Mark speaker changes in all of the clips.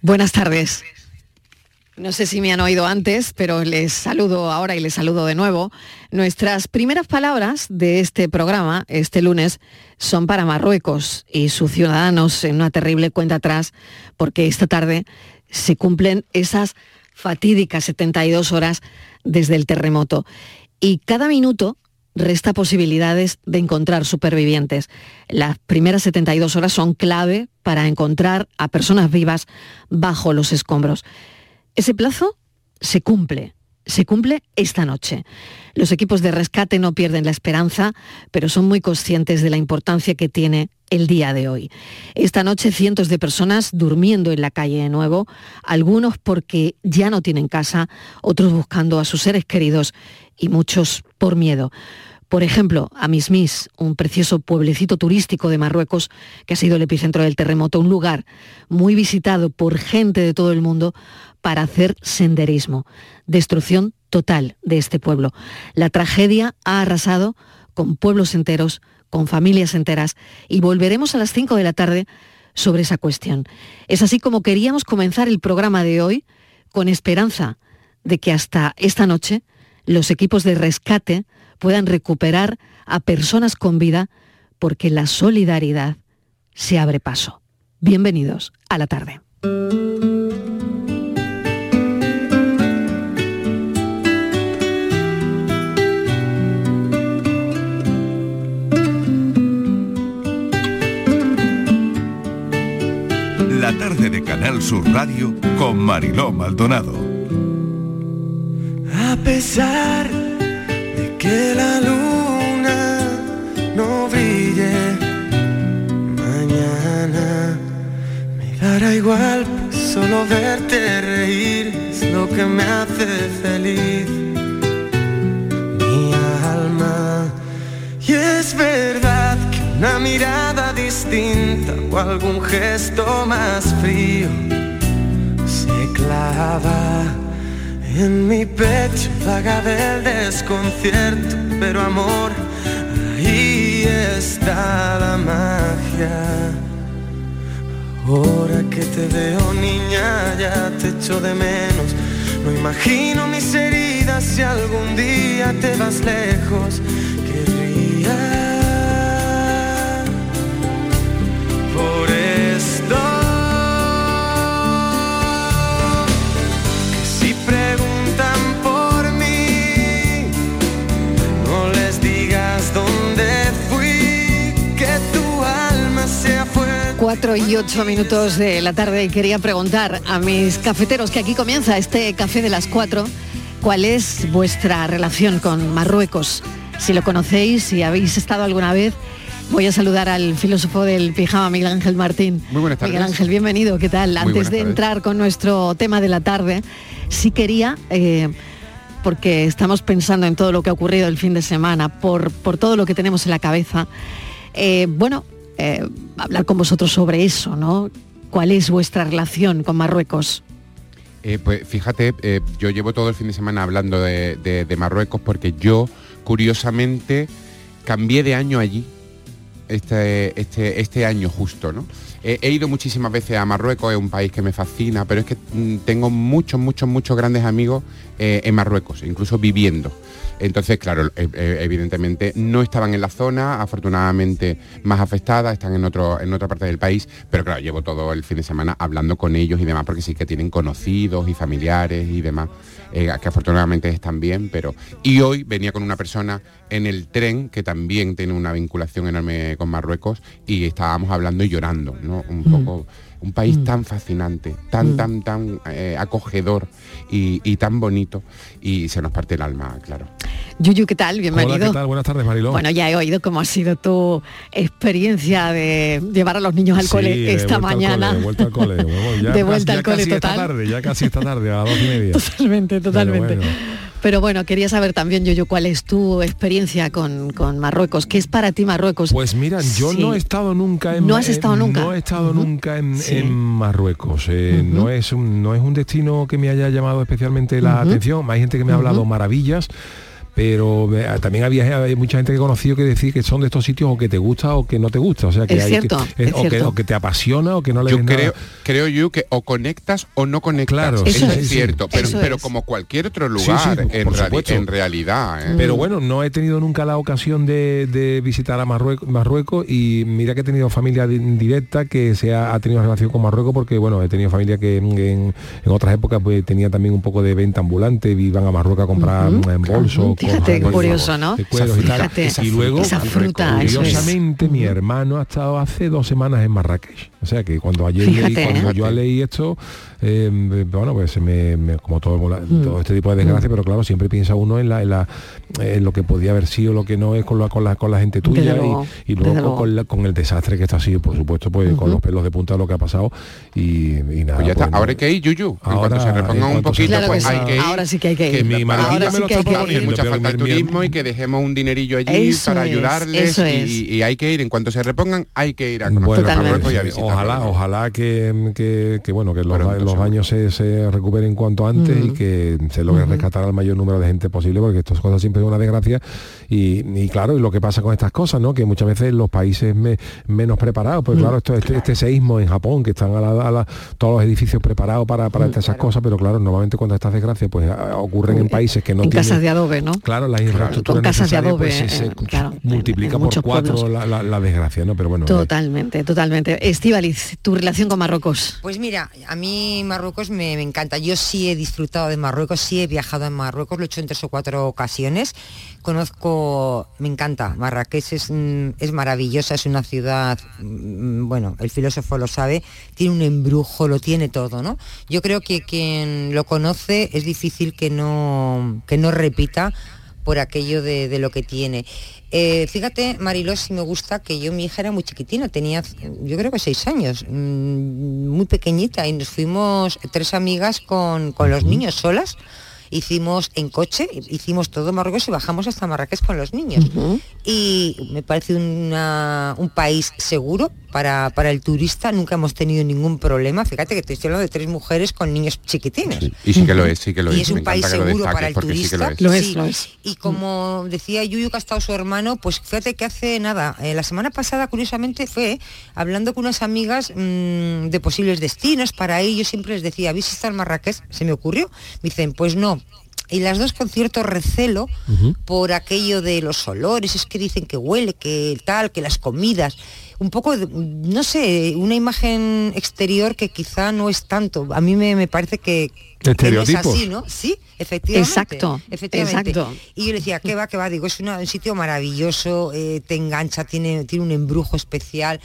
Speaker 1: Buenas tardes. No sé si me han oído antes, pero les saludo ahora y les saludo de nuevo. Nuestras primeras palabras de este programa, este lunes, son para Marruecos y sus ciudadanos en una terrible cuenta atrás, porque esta tarde se cumplen esas fatídicas 72 horas desde el terremoto. Y cada minuto resta posibilidades de encontrar supervivientes. Las primeras 72 horas son clave para encontrar a personas vivas bajo los escombros. Ese plazo se cumple, se cumple esta noche. Los equipos de rescate no pierden la esperanza, pero son muy conscientes de la importancia que tiene el día de hoy. Esta noche cientos de personas durmiendo en la calle de nuevo, algunos porque ya no tienen casa, otros buscando a sus seres queridos y muchos por miedo. Por ejemplo, a Mismis, un precioso pueblecito turístico de Marruecos que ha sido el epicentro del terremoto, un lugar muy visitado por gente de todo el mundo para hacer senderismo. Destrucción total de este pueblo. La tragedia ha arrasado con pueblos enteros, con familias enteras y volveremos a las 5 de la tarde sobre esa cuestión. Es así como queríamos comenzar el programa de hoy con esperanza de que hasta esta noche los equipos de rescate puedan recuperar a personas con vida porque la solidaridad se abre paso. Bienvenidos a la tarde.
Speaker 2: La tarde de Canal Sur Radio con Mariló Maldonado.
Speaker 3: A pesar de que la luna no brille mañana, me dará igual pues solo verte reír es lo que me hace feliz. Mi alma y es verdad que una mirada distinta o algún gesto más frío se clava en mi pecho, vaga del desconcierto, pero amor, ahí está la magia. Ahora que te veo niña, ya te echo de menos. No imagino mis heridas si algún día te vas lejos. Querría por esto. Que si preguntan por mí, no les digas dónde fui, que tu alma sea fuerte.
Speaker 1: 4 y 8 minutos de la tarde y quería preguntar a mis cafeteros que aquí comienza este café de las 4, ¿cuál es vuestra relación con Marruecos? Si lo conocéis, si habéis estado alguna vez, voy a saludar al filósofo del pijama, Miguel Ángel Martín.
Speaker 4: Muy buenas tardes.
Speaker 1: Miguel Ángel, bienvenido, ¿qué tal? Antes
Speaker 4: buenas
Speaker 1: de
Speaker 4: tardes.
Speaker 1: entrar con nuestro tema de la tarde, sí quería, eh, porque estamos pensando en todo lo que ha ocurrido el fin de semana, por, por todo lo que tenemos en la cabeza, eh, bueno, eh, hablar con vosotros sobre eso, ¿no? ¿Cuál es vuestra relación con Marruecos?
Speaker 4: Eh, pues fíjate, eh, yo llevo todo el fin de semana hablando de, de- de Marruecos porque yo, curiosamente, cambié de año allí, este, este, este año justo, ¿no? Eh, he ido muchísimas veces a Marruecos, es un país que me fascina, pero es que mm, tengo muchos, muchos, muchos grandes amigos eh, en Marruecos, incluso viviendo. Entonces, claro, e- e- evidentemente no estaban en la zona, afortunadamente más afectada, están en, otro, en otra parte del país, pero claro, llevo todo el fin de semana hablando con ellos y demás, porque sí que tienen conocidos y familiares y demás, eh, que afortunadamente están bien, pero... Y hoy venía con una persona en el tren que también tiene una vinculación enorme con Marruecos y estábamos hablando y llorando, ¿no? Un poco... Un país tan fascinante, tan, tan, tan eh, acogedor y, y tan bonito, y se nos parte el alma, claro.
Speaker 1: Yuyu, ¿qué tal? Bienvenido.
Speaker 5: Hola, ¿qué tal? Buenas tardes, Mariló.
Speaker 1: Bueno, ya he oído cómo ha sido tu experiencia de llevar a los niños al
Speaker 5: Sí,
Speaker 1: cole
Speaker 5: de
Speaker 1: esta
Speaker 5: vuelta al
Speaker 1: mañana.
Speaker 5: cole, de vuelta al cole. Bueno, Oh, ya
Speaker 1: de
Speaker 5: casi-
Speaker 1: vuelta al
Speaker 5: ya
Speaker 1: cole
Speaker 5: casi esta
Speaker 1: total.
Speaker 5: tarde, ya casi esta tarde, a las dos y media.
Speaker 1: Totalmente, totalmente.
Speaker 5: bueno.
Speaker 1: Pero bueno, quería saber también, Yuyu, cuál es tu experiencia con, con Marruecos. ¿Qué es para ti Marruecos?
Speaker 5: Pues mira, yo no he estado nunca en
Speaker 1: No has
Speaker 5: eh,
Speaker 1: estado nunca.
Speaker 5: No he estado nunca en,
Speaker 1: Sí.
Speaker 5: en Marruecos. eh, no, es un, no es un destino que me haya llamado especialmente la atención. Hay gente que me ha hablado maravillas. Pero eh, también había hay mucha gente que he conocido que decir que son de estos sitios o que te gusta o que no te gusta. O sea que
Speaker 4: Es
Speaker 5: hay
Speaker 4: cierto,
Speaker 5: que, eh,
Speaker 4: es
Speaker 5: o, que
Speaker 4: cierto.
Speaker 5: o que te apasiona o que no le
Speaker 4: Yo
Speaker 5: ves
Speaker 4: creo,
Speaker 5: nada.
Speaker 4: creo yo que o conectas o no conectas.
Speaker 5: Claro,
Speaker 4: eso,
Speaker 5: Eso
Speaker 4: es,
Speaker 5: es.
Speaker 4: cierto. Pero,
Speaker 5: Eso
Speaker 4: pero
Speaker 5: es.
Speaker 4: como cualquier otro
Speaker 5: Sí, sí,
Speaker 4: lugar, en,
Speaker 5: por
Speaker 4: reali-
Speaker 5: supuesto. Mm.
Speaker 4: en realidad.
Speaker 1: Mm.
Speaker 4: ¿eh?
Speaker 5: Pero bueno, no he tenido nunca la ocasión de, de visitar a Marruecos, Marruecos y mira que he tenido familia di- directa que se ha, ha tenido relación con Marruecos porque bueno, he tenido familia que en, en- en otras épocas pues, tenía también un poco de venta ambulante, iban a Marruecos a comprar
Speaker 1: Ujú.
Speaker 5: en bolso,
Speaker 1: Fíjate,
Speaker 5: cosas
Speaker 1: qué
Speaker 5: de-
Speaker 1: curioso, ¿no?
Speaker 5: de cueros y tal.
Speaker 1: Fíjate, esa
Speaker 5: y luego,
Speaker 1: fruta, esa fruta, eso es.
Speaker 5: curiosamente, mi hermano ha estado hace dos semanas en Marrakech. O sea que cuando ayer leí-
Speaker 1: Fíjate,
Speaker 5: cuando
Speaker 1: ¿eh?
Speaker 5: yo leí esto, eh, bueno, pues me, me- como todo, la-
Speaker 6: Mm.
Speaker 5: todo este tipo de desgracia, pero claro, siempre piensa uno en, la, en, la, en lo que podía haber sido, lo que no es con la, con la, con la gente tuya
Speaker 6: Desde
Speaker 5: y-
Speaker 6: luego,
Speaker 5: y, luego,
Speaker 6: desde
Speaker 5: con,
Speaker 6: luego.
Speaker 5: la- con el desastre que está sido, por supuesto, pues con los pelos de punta lo que ha pasado y, y nada.
Speaker 4: Pues ya está,
Speaker 5: pues,
Speaker 4: ahora hay que ir, Yuyu. En
Speaker 5: Ahora,
Speaker 4: cuanto se reponga
Speaker 5: en
Speaker 4: un
Speaker 5: cuanto
Speaker 4: poquito,
Speaker 5: se
Speaker 4: pues
Speaker 5: reponga-
Speaker 4: hay que ir.
Speaker 1: Ahora sí que hay que ir.
Speaker 5: Que mi maravilla
Speaker 1: Ahora
Speaker 5: me
Speaker 1: sí
Speaker 5: lo
Speaker 1: que
Speaker 5: está
Speaker 1: hay que
Speaker 5: proponiendo,
Speaker 1: ir.
Speaker 4: Hay mucha
Speaker 5: pero
Speaker 4: falta
Speaker 5: mi-
Speaker 4: de
Speaker 5: mi-
Speaker 4: turismo y que dejemos un dinerillo allí
Speaker 1: Eso
Speaker 4: para
Speaker 1: es,
Speaker 4: ayudarles
Speaker 1: eso es.
Speaker 4: y, y hay que ir. En cuanto se repongan, hay que ir a
Speaker 5: Bueno,
Speaker 4: conocer
Speaker 5: pues,
Speaker 4: Marruecos y a
Speaker 5: eh,
Speaker 4: visitar.
Speaker 5: ojalá, ojalá que, que- que, bueno, que los, ba- los baños se, se recuperen cuanto antes
Speaker 1: Mm.
Speaker 5: y que se logre rescatar al mayor número de gente posible, porque estas cosas siempre es una desgracia. Y, y claro, y lo que pasa con estas cosas, ¿no? Que muchas veces los países me- menos preparados,
Speaker 1: Mm.
Speaker 5: pues claro, esto, este, este seísmo en Japón, que están a la- a la- todos los edificios preparados para, para estas- esas cosas, pero claro, normalmente cuando estas desgracias pues a- ocurren en países que no
Speaker 1: Mm, en
Speaker 5: tienen.
Speaker 1: casas de adobe, ¿no?
Speaker 5: Claro, las infraestructuras
Speaker 1: Con casas de
Speaker 5: necesarias,
Speaker 1: adobe,
Speaker 5: pues, se- se
Speaker 1: eh, claro.
Speaker 5: multiplica por
Speaker 1: muchos
Speaker 5: cuatro
Speaker 1: pueblos.
Speaker 5: la, la- la desgracia, ¿no? Pero bueno, eh,
Speaker 1: Totalmente, totalmente. Estivaliz, tu relación con Marruecos.
Speaker 7: Pues mira, a mí Marruecos me, me encanta. Yo sí he disfrutado de Marruecos, sí he viajado a Marruecos, lo he hecho en tres o cuatro ocasiones. Conozco, me encanta, Marrakech es, mm, es maravillosa, es una ciudad, mm, bueno, el filósofo lo sabe, tiene un embrujo, lo tiene todo, ¿no? Yo creo que quien lo conoce es difícil que no, que no repita por aquello de, de lo que tiene. Eh, fíjate, Mariló, si me gusta que yo, mi hija era muy chiquitina, tenía yo creo que seis años, mm, muy pequeñita, y nos fuimos tres amigas con, con los niños solas, hicimos en coche, hicimos todo Marruecos y bajamos hasta Marrakech con los niños. Y me parece una- un país seguro para, para el turista, nunca hemos tenido ningún problema. Fíjate que te estoy hablando de tres mujeres con niños chiquitines
Speaker 4: Y sí que lo es, sí que lo es.
Speaker 7: y es
Speaker 4: me
Speaker 7: un
Speaker 4: encanta
Speaker 7: país
Speaker 4: que lo
Speaker 7: seguro
Speaker 4: destaques,
Speaker 7: para el
Speaker 4: porque sí que lo
Speaker 7: turista.
Speaker 4: es.
Speaker 7: Sí. Y como decía Yuyu que ha estado su hermano, pues fíjate que hace nada, eh, la semana pasada curiosamente fue hablando con unas amigas mm, de posibles destinos para ellos, yo siempre les decía, ¿habéis estado en Marrakech? Se me ocurrió. Me dicen, pues no. Y las dos con cierto recelo por aquello de los olores, es que dicen que huele, que tal, que las comidas, un poco, de- no sé, una imagen exterior que quizá no es tanto. A mí me, me parece que, que no es
Speaker 8: Estereotipos.
Speaker 7: así, ¿no? Sí, efectivamente.
Speaker 1: Exacto,
Speaker 7: efectivamente.
Speaker 1: exacto.
Speaker 7: Y yo le decía, ¿qué va, qué va? Digo, es una- un sitio maravilloso, eh, te engancha, tiene, tiene un embrujo especial.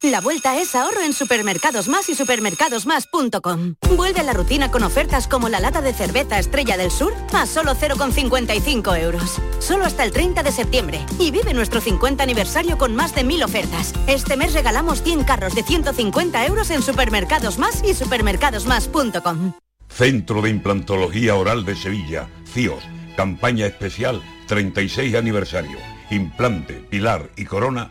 Speaker 9: La vuelta es ahorro en Supermercados Más y supermercadosmás.com. Vuelve a la rutina con ofertas como la lata de cerveza Estrella del Sur a solo 0,55 euros. Solo hasta el 30 de septiembre. Y vive nuestro 50 aniversario con más de 1.000 ofertas. Este mes regalamos 100 carros de 150 euros en Supermercados Más y supermercadosmás.com.
Speaker 10: Centro de Implantología Oral de Sevilla, CIOS. Campaña especial 36 aniversario. Implante, pilar y corona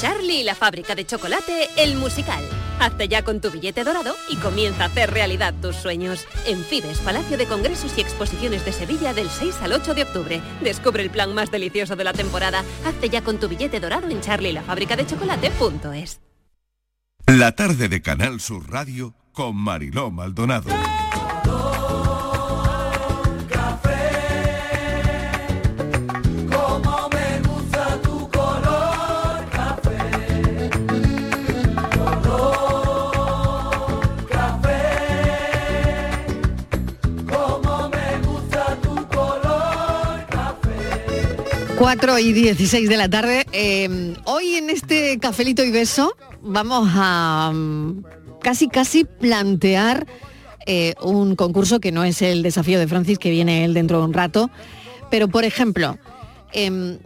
Speaker 11: Charlie y la fábrica de chocolate, el musical. Hazte ya con tu billete dorado y comienza a hacer realidad tus sueños. En Fides, Palacio de Congresos y Exposiciones de Sevilla del 6 al 8 de octubre. Descubre el plan más delicioso de la temporada. Hazte ya con tu billete dorado en charlielafabricadechocolate.es.
Speaker 2: La tarde de Canal Sur Radio con Mariló Maldonado.
Speaker 3: Como me gusta tu color café, color café. Como me gusta tu color café.
Speaker 1: 4 y 16 de la tarde. Eh, hoy en este cafelito y beso vamos a mm, casi casi plantear eh, un concurso que no es el desafío de Francis, que viene él dentro de un rato. Pero por ejemplo, em,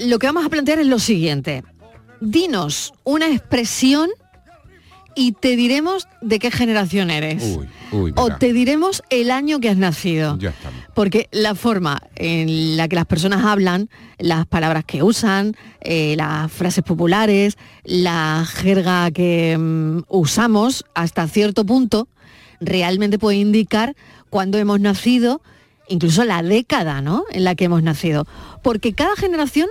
Speaker 1: lo que vamos a plantear es lo siguiente. Dinos una expresión y te diremos de qué generación eres.
Speaker 4: Uy, uy,
Speaker 1: o
Speaker 4: venga.
Speaker 1: te diremos el año que has nacido.
Speaker 4: Ya estamos.
Speaker 1: Porque la forma en la que las personas hablan, las palabras que usan, eh, las frases populares, la jerga que mm, usamos hasta cierto punto, realmente puede indicar cuándo hemos nacido, incluso la década ¿no? en la que hemos nacido. Porque cada generación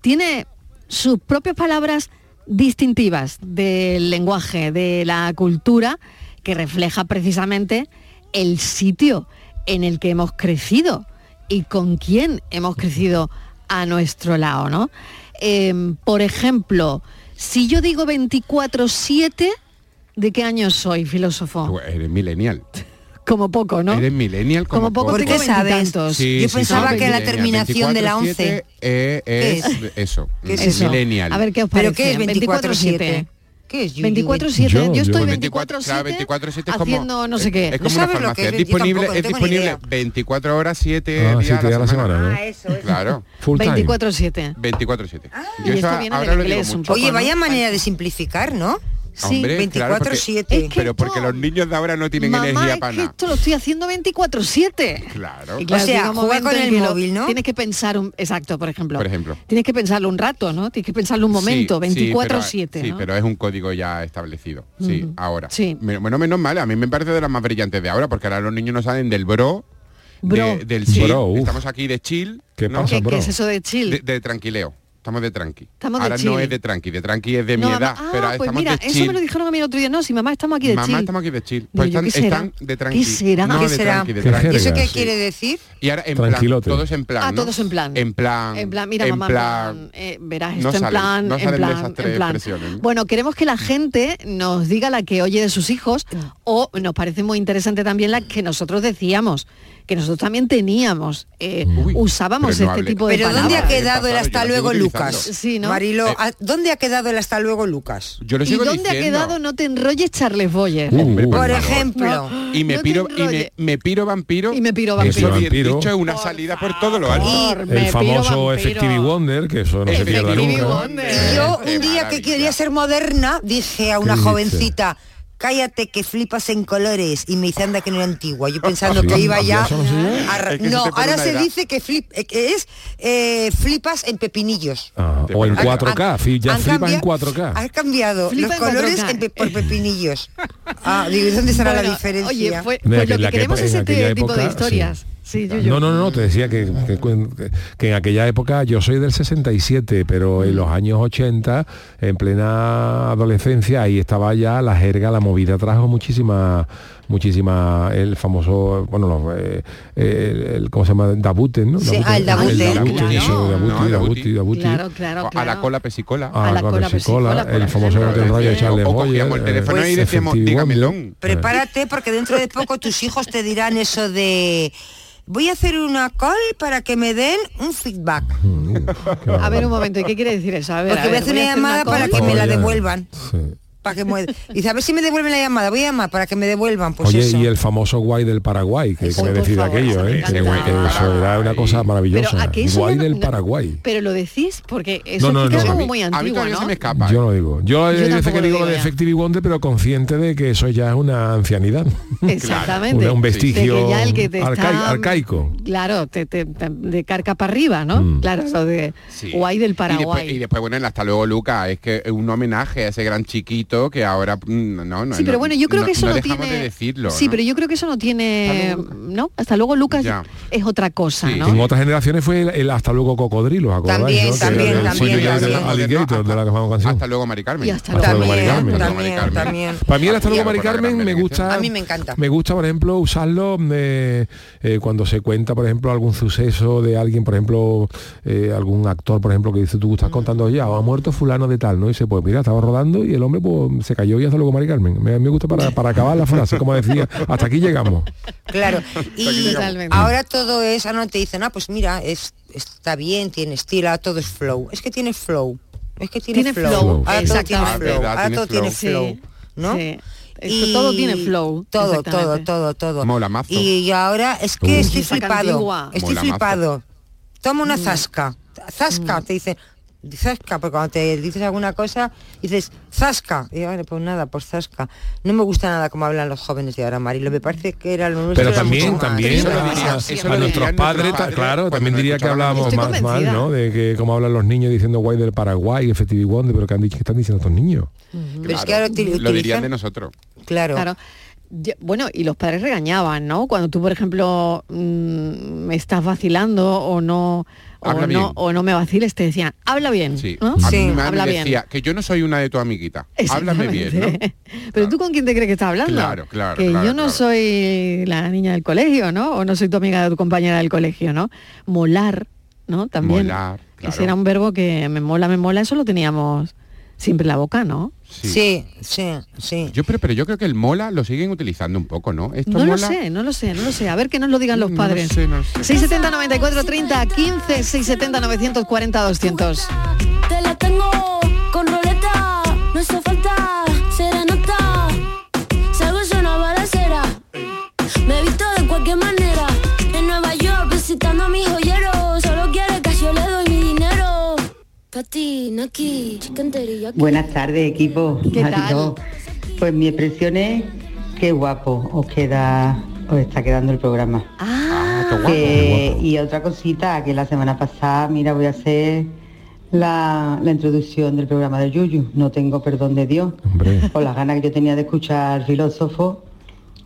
Speaker 1: tiene sus propias palabras distintivas del lenguaje, de la cultura, que refleja precisamente el sitio en el que hemos crecido y con quién hemos crecido a nuestro lado, ¿no? Em, por ejemplo, si yo digo 24-7, ¿de qué año soy, filósofo?
Speaker 4: Pues eres millennial.
Speaker 1: Como poco, ¿no?
Speaker 4: Eres millennial como,
Speaker 1: Como poco
Speaker 4: poco.
Speaker 1: tengo ¿Por qué sabes? veintitantos. Yo pensaba que la terminación de la
Speaker 4: 24/7,
Speaker 1: 11.
Speaker 4: eh,
Speaker 1: ¿Qué
Speaker 4: es,
Speaker 1: es?
Speaker 4: eso.
Speaker 1: ¿Qué es eso?
Speaker 4: Millennial.
Speaker 1: A ver, ¿qué os
Speaker 7: ¿Pero
Speaker 1: parece?
Speaker 7: qué es 24/7?
Speaker 1: ¿Qué
Speaker 7: es, Yuyu?
Speaker 1: 24-7. Yo,
Speaker 4: Yo, yo.
Speaker 1: estoy
Speaker 4: 24/7,
Speaker 1: 24-7
Speaker 4: 24/7 es como- eh,
Speaker 1: haciendo no sé qué.
Speaker 4: Es como una farmacia. Es disponible, es disponible 24 horas, 7
Speaker 5: Ah,
Speaker 4: días
Speaker 5: siete
Speaker 4: a la
Speaker 5: días a la
Speaker 4: semana.
Speaker 5: semana, ¿no?
Speaker 7: Ah, eso es.
Speaker 4: Claro.
Speaker 5: Full time.
Speaker 1: 24-7.
Speaker 4: 24/7.
Speaker 1: y esto viene del
Speaker 4: digo
Speaker 1: inglés un
Speaker 4: mucho.
Speaker 1: poco,
Speaker 7: Oye,
Speaker 1: ¿no?
Speaker 7: vaya manera de simplificar, ¿no?
Speaker 1: Sí,
Speaker 4: Hombre, claro,
Speaker 1: 24/7.
Speaker 4: porque-
Speaker 1: Es que
Speaker 4: pero porque los niños de ahora no tienen
Speaker 1: Mamá,
Speaker 4: energía
Speaker 1: es
Speaker 4: para
Speaker 1: que
Speaker 4: nada.
Speaker 1: esto lo estoy haciendo 24/7.
Speaker 4: Claro.
Speaker 1: Y claro, llega un momento en que lo-
Speaker 7: ¿no?
Speaker 1: Tienes que pensar un exacto, por ejemplo.
Speaker 4: Por ejemplo.
Speaker 1: Tienes que pensarlo un rato, ¿no? Tienes que pensarlo un momento,
Speaker 4: Sí, sí, pero-
Speaker 1: 24/7,
Speaker 4: Sí,
Speaker 1: ¿no?
Speaker 4: pero es un código ya establecido. Sí,
Speaker 1: Ujú.
Speaker 4: ahora.
Speaker 1: Mm. Sí.
Speaker 4: Me- Bueno, menos mal, a mí me parece de las más brillantes de ahora, porque ahora los niños no salen del bro,
Speaker 1: Bro.
Speaker 4: de- del chill.
Speaker 5: Bro, uf.
Speaker 4: Estamos aquí de chill.
Speaker 5: ¿Qué
Speaker 4: ¿no?
Speaker 5: pasa, ¿Qué- qué bro? es
Speaker 1: eso de chill?
Speaker 4: De, tranquileo. Estamos de tranqui.
Speaker 1: Estamos de
Speaker 4: ahora no
Speaker 1: chill.
Speaker 4: es de tranqui, de tranqui es de
Speaker 1: No,
Speaker 4: mi
Speaker 1: mamá-
Speaker 4: edad,
Speaker 1: ah,
Speaker 4: pero
Speaker 1: pues
Speaker 4: estamos
Speaker 1: mira,
Speaker 4: de
Speaker 1: eso
Speaker 4: chill.
Speaker 1: me lo dijeron a mí el otro día. No, si mamá estamos aquí de
Speaker 4: Mamá,
Speaker 1: chill.
Speaker 4: estamos aquí de chill.
Speaker 1: Digo
Speaker 4: Pues
Speaker 1: yo,
Speaker 4: están,
Speaker 1: ¿qué será?
Speaker 4: están de tranqui.
Speaker 1: ¿Qué será?
Speaker 4: No,
Speaker 1: ¿Qué
Speaker 4: de
Speaker 1: será?
Speaker 4: tranqui, de
Speaker 5: ¿Qué
Speaker 4: tranqui.
Speaker 5: jerga? ¿Eso qué
Speaker 7: quiere decir?
Speaker 4: Y ahora en
Speaker 5: Tranquilote.
Speaker 4: plan, todos en plan,
Speaker 1: Ah,
Speaker 4: ¿no?
Speaker 1: todos en plan.
Speaker 4: En plan.
Speaker 1: En plan, mira,
Speaker 4: en
Speaker 1: mamá, en
Speaker 4: plan-
Speaker 1: plan, eh, verás,
Speaker 4: no
Speaker 1: esto en
Speaker 4: salen,
Speaker 1: plan,
Speaker 4: no
Speaker 1: en
Speaker 4: salen de
Speaker 1: plan,
Speaker 4: esas tres
Speaker 1: en plan.
Speaker 4: expresiones, ¿no?
Speaker 1: Bueno, queremos que la gente nos diga la que oye de sus hijos o nos parece muy interesante también la que nosotros decíamos, que nosotros también teníamos, eh, usábamos
Speaker 7: pero no
Speaker 1: este
Speaker 7: hable-
Speaker 1: tipo de
Speaker 7: Pero ¿dónde
Speaker 1: palabras.
Speaker 7: ha quedado el hasta luego Lucas?
Speaker 1: Sí, ¿no?
Speaker 7: Marilo,
Speaker 1: Eh,
Speaker 7: ¿a- ¿dónde ha quedado el hasta luego Lucas?
Speaker 4: Yo lo
Speaker 1: ¿Y
Speaker 4: sigo
Speaker 1: dónde ha
Speaker 4: diciendo.
Speaker 1: quedado no te enrolles Charles Boyer?
Speaker 4: Hombre,
Speaker 7: por
Speaker 4: Uh, favor.
Speaker 7: ejemplo.
Speaker 4: Y me
Speaker 1: no te
Speaker 4: piro y me,
Speaker 1: enrolles.
Speaker 4: me piro vampiro. Y me
Speaker 1: piro
Speaker 4: Eso
Speaker 5: vampiro.
Speaker 4: bien
Speaker 5: Vampiro.
Speaker 4: dicho es una salida por todo lo alto.
Speaker 5: El famoso Effective Wonder, que eso no se pierda nunca.
Speaker 7: Yo un día que quería ser moderna dije a una
Speaker 5: ¿Qué dices?
Speaker 7: jovencita, cállate que flipas en colores y me dice anda que no era antigua. Yo pensando
Speaker 5: ¿Ah, Sí,
Speaker 7: que iba
Speaker 5: ¿y
Speaker 7: ya.
Speaker 5: eso no se llama?
Speaker 7: a ra-
Speaker 5: Es que se
Speaker 7: no,
Speaker 5: te pone
Speaker 7: ahora
Speaker 5: una
Speaker 7: se
Speaker 5: edad.
Speaker 7: dice que, flip, eh, que es eh, flipas en pepinillos.
Speaker 5: Ah, o en
Speaker 7: Han-
Speaker 5: 4K,
Speaker 7: han-
Speaker 5: fi- ya
Speaker 7: han
Speaker 5: flipa en
Speaker 7: cambiado-
Speaker 5: 4K.
Speaker 7: Has cambiado
Speaker 1: Flipa en
Speaker 7: los colores
Speaker 1: 4K.
Speaker 7: en pe- por pepinillos. Ah, digo, ¿y dónde será la
Speaker 1: Bueno,
Speaker 7: diferencia?
Speaker 1: Oye, fue, pues
Speaker 5: Mira, que
Speaker 1: lo
Speaker 5: en
Speaker 1: que
Speaker 5: la que-
Speaker 1: queremos
Speaker 5: en
Speaker 1: es
Speaker 5: aquella
Speaker 1: este tipo de
Speaker 5: época,
Speaker 1: historias. Sí, yo,
Speaker 5: No, no, no, no, te decía que, que cu- que en aquella época, yo soy del 67, pero en los años 80, en plena adolescencia, ahí estaba ya la jerga, la movida trajo muchísima, muchísima, el famoso, bueno, los, eh, eh, el, ¿cómo se llama? Dabuten, ¿no?
Speaker 7: Sí, ah, el
Speaker 5: Dabuten,
Speaker 7: Dabuten,
Speaker 5: Dabuten, eso,
Speaker 7: claro.
Speaker 5: Dabuten,
Speaker 4: No,
Speaker 5: Dabuten, Dabuten.
Speaker 1: Claro, claro,
Speaker 4: A la
Speaker 1: claro.
Speaker 4: cola pesicola.
Speaker 5: Ah, la cola pesicola,
Speaker 1: pesicola,
Speaker 5: el
Speaker 1: por
Speaker 5: famoso
Speaker 1: ejemplo.
Speaker 5: del rollo de Charles
Speaker 4: O
Speaker 5: Boyer,
Speaker 4: cogíamos el teléfono
Speaker 5: eh,
Speaker 4: y decíamos,
Speaker 5: Effective
Speaker 4: "Dígamelo".
Speaker 5: Wonder.
Speaker 7: Prepárate porque dentro de poco tus hijos te dirán eso de voy a hacer una call para que me den un feedback.
Speaker 1: Mm, uh, A ver un momento, ¿y qué quiere decir eso? A ver,
Speaker 7: porque voy a hacer una llamada para que
Speaker 1: call.
Speaker 7: me la
Speaker 5: Oye.
Speaker 7: devuelvan. Para que mue- Dice, a ver si me devuelven la llamada. Voy a llamar para que me devuelvan. Pues
Speaker 5: Oye,
Speaker 7: eso.
Speaker 5: y el famoso guay del Paraguay, que, que me decir aquello, ¿eh? Que- que eso era una cosa maravillosa.
Speaker 1: Pero aquí eso
Speaker 5: guay
Speaker 1: no-
Speaker 5: del
Speaker 1: no-
Speaker 5: Paraguay.
Speaker 1: Pero lo decís porque eso es que es como muy antiguo, ¿no?
Speaker 4: escapa.
Speaker 5: Yo no digo. Yo, hay veces
Speaker 1: tampoco
Speaker 5: que
Speaker 1: lo
Speaker 5: digo
Speaker 1: digo
Speaker 5: lo de
Speaker 1: ya.
Speaker 5: Effective Wonder, pero consciente de que eso ya es una ancianidad.
Speaker 1: Exactamente.
Speaker 5: Una- un
Speaker 1: De que
Speaker 5: vestigio
Speaker 1: ya el que te
Speaker 5: arcai-
Speaker 1: está-
Speaker 5: arcaico. Mm.
Speaker 1: Claro, te, te- te- de carca para arriba, ¿no? Claro, lo de
Speaker 4: Sí.
Speaker 1: guay del
Speaker 4: Y después,
Speaker 1: Paraguay.
Speaker 4: y después, bueno, el hasta luego Luca, es que es un homenaje a ese gran chiquito que ahora mm, no, no
Speaker 1: sí, pero
Speaker 4: no-
Speaker 1: bueno, yo creo
Speaker 4: no-
Speaker 1: que eso no,
Speaker 4: no dejamos
Speaker 1: tiene.
Speaker 4: de decirlo.
Speaker 1: sí,
Speaker 4: ¿no?
Speaker 1: pero yo creo que eso no tiene. ¿No? Hasta luego, Lucas,
Speaker 4: Ya.
Speaker 1: es otra cosa, ¿no?
Speaker 5: En otras generaciones fue el, el hasta luego cocodrilo, ¿os acordáis?
Speaker 1: También,
Speaker 5: no? Que era
Speaker 1: también,
Speaker 5: del
Speaker 1: también,
Speaker 5: sueño de- de
Speaker 1: también.
Speaker 5: Alligator, de la que llamamos canción. Hasta
Speaker 4: luego Mari Carmen.
Speaker 5: Y hasta luego. También, también,
Speaker 7: también.
Speaker 5: Para mí el hasta luego Mari Carmen me gusta.
Speaker 7: A mí me encanta.
Speaker 5: Me gusta, por ejemplo, usarlo eh, eh, cuando se cuenta, por ejemplo, algún suceso de alguien, por ejemplo, eh, algún actor, por ejemplo, que dice, tú
Speaker 7: Mm.
Speaker 5: estás contando ya, ha muerto fulano de tal, ¿no? Y dice, pues mira, estaba rodando y el hombre pues, se cayó y hasta luego Mari Carmen. Me, me gusta para, para acabar la frase, como decía, hasta aquí llegamos.
Speaker 7: Claro. Y
Speaker 5: Totalmente.
Speaker 7: ahora todo es, ahora no te dicen, ah, pues mira, es, está bien, tiene estilo, ahora todo es flow. Es que tiene flow. Es que tiene,
Speaker 1: Tiene
Speaker 7: flow.
Speaker 1: flow,
Speaker 7: Ahora todo tiene
Speaker 1: exactamente.
Speaker 7: flow.
Speaker 1: Ah, verdad,
Speaker 7: Ahora todo tiene
Speaker 1: tiene flow.
Speaker 7: flow. ¿No?
Speaker 1: Sí. Esto todo tiene flow,
Speaker 7: Todo, todo,
Speaker 1: exactamente.
Speaker 7: todo, todo.
Speaker 4: Mola mazo.
Speaker 7: Y, ahora es que
Speaker 4: Uh.
Speaker 7: estoy
Speaker 4: Esa
Speaker 7: flipado.
Speaker 4: cantigua.
Speaker 7: Estoy
Speaker 4: Mola mazo.
Speaker 7: flipado. Toma
Speaker 1: Mm.
Speaker 7: una zasca. Zasca, te dicen. Zasca, porque cuando te dices alguna cosa, dices, zasca. Y yo, "Vale, pues nada, pues zasca. No me gusta nada como hablan los jóvenes de ahora, Marilo. Me parece que era lo nuestro.
Speaker 5: Pero
Speaker 7: era
Speaker 5: también,
Speaker 7: mucho más.
Speaker 5: también,
Speaker 7: Eso lo
Speaker 5: a-
Speaker 7: diría- eso
Speaker 5: a- Ah, a,
Speaker 7: lo diría
Speaker 5: nuestros padres, ta- claro, también diría que hablábamos
Speaker 7: Estoy
Speaker 5: más mal,
Speaker 7: convencida.
Speaker 5: ¿no? De que como hablan los niños diciendo guay del Paraguay, Effective Wonder, pero que han dicho que están diciendo estos niños.
Speaker 7: Pero es que ahora util-
Speaker 4: lo dirían
Speaker 7: utilizan-
Speaker 4: de nosotros.
Speaker 7: Claro.
Speaker 1: Yo- bueno, y los padres regañaban, ¿no? Cuando tú, por ejemplo, mm, me estás vacilando o no, o
Speaker 4: Habla bien.
Speaker 1: no, o no me vaciles, te decían, habla bien.
Speaker 4: Sí.
Speaker 1: ¿no?
Speaker 4: A mí mi madre
Speaker 1: ¿Ah? habla
Speaker 4: me
Speaker 1: bien.
Speaker 4: decía que yo no soy una de tu amiguita. Háblame bien, ¿no?
Speaker 1: Pero tú con quién te crees que estás hablando?
Speaker 4: Claro, claro,
Speaker 1: Que
Speaker 4: claro,
Speaker 1: yo no soy la niña del colegio, ¿no? O no soy tu amiga o tu compañera del colegio, ¿no? Molar, ¿no? También.
Speaker 4: Molar,
Speaker 1: Que ese
Speaker 4: claro.
Speaker 1: era un verbo que me mola, me mola, eso lo teníamos siempre en la boca, ¿no?
Speaker 7: Sí, sí, sí.
Speaker 4: Yo, pero, pero yo creo que el mola lo siguen utilizando un poco, ¿no? Esto
Speaker 1: No lo
Speaker 4: mola.
Speaker 1: sé, no lo sé, no lo sé. A ver que nos lo digan los
Speaker 4: No lo
Speaker 1: padres.
Speaker 4: sé, no lo sé.
Speaker 1: 670 94 30 15 670 940 200.
Speaker 12: Te la tengo con roleta, no hace falta serenata. Salgo y soy una balacera, me he visto de cualquier manera. En Nueva York visitando a mis joyeros, solo quiere que yo le doy mi dinero. Patina aquí, chicken teriyaki.
Speaker 13: Buenas tardes, equipo.
Speaker 1: ¿Qué
Speaker 13: A ti
Speaker 1: tal?
Speaker 13: dos. Pues mi expresión es qué guapo os queda, os está quedando el programa.
Speaker 1: Ah,
Speaker 4: qué guapo,
Speaker 13: Que- Y otra cosita, que la semana pasada, mira, voy a hacer la, la introducción del programa de Yuyu. No tengo perdón de Dios. Por las ganas que yo tenía de escuchar al filósofo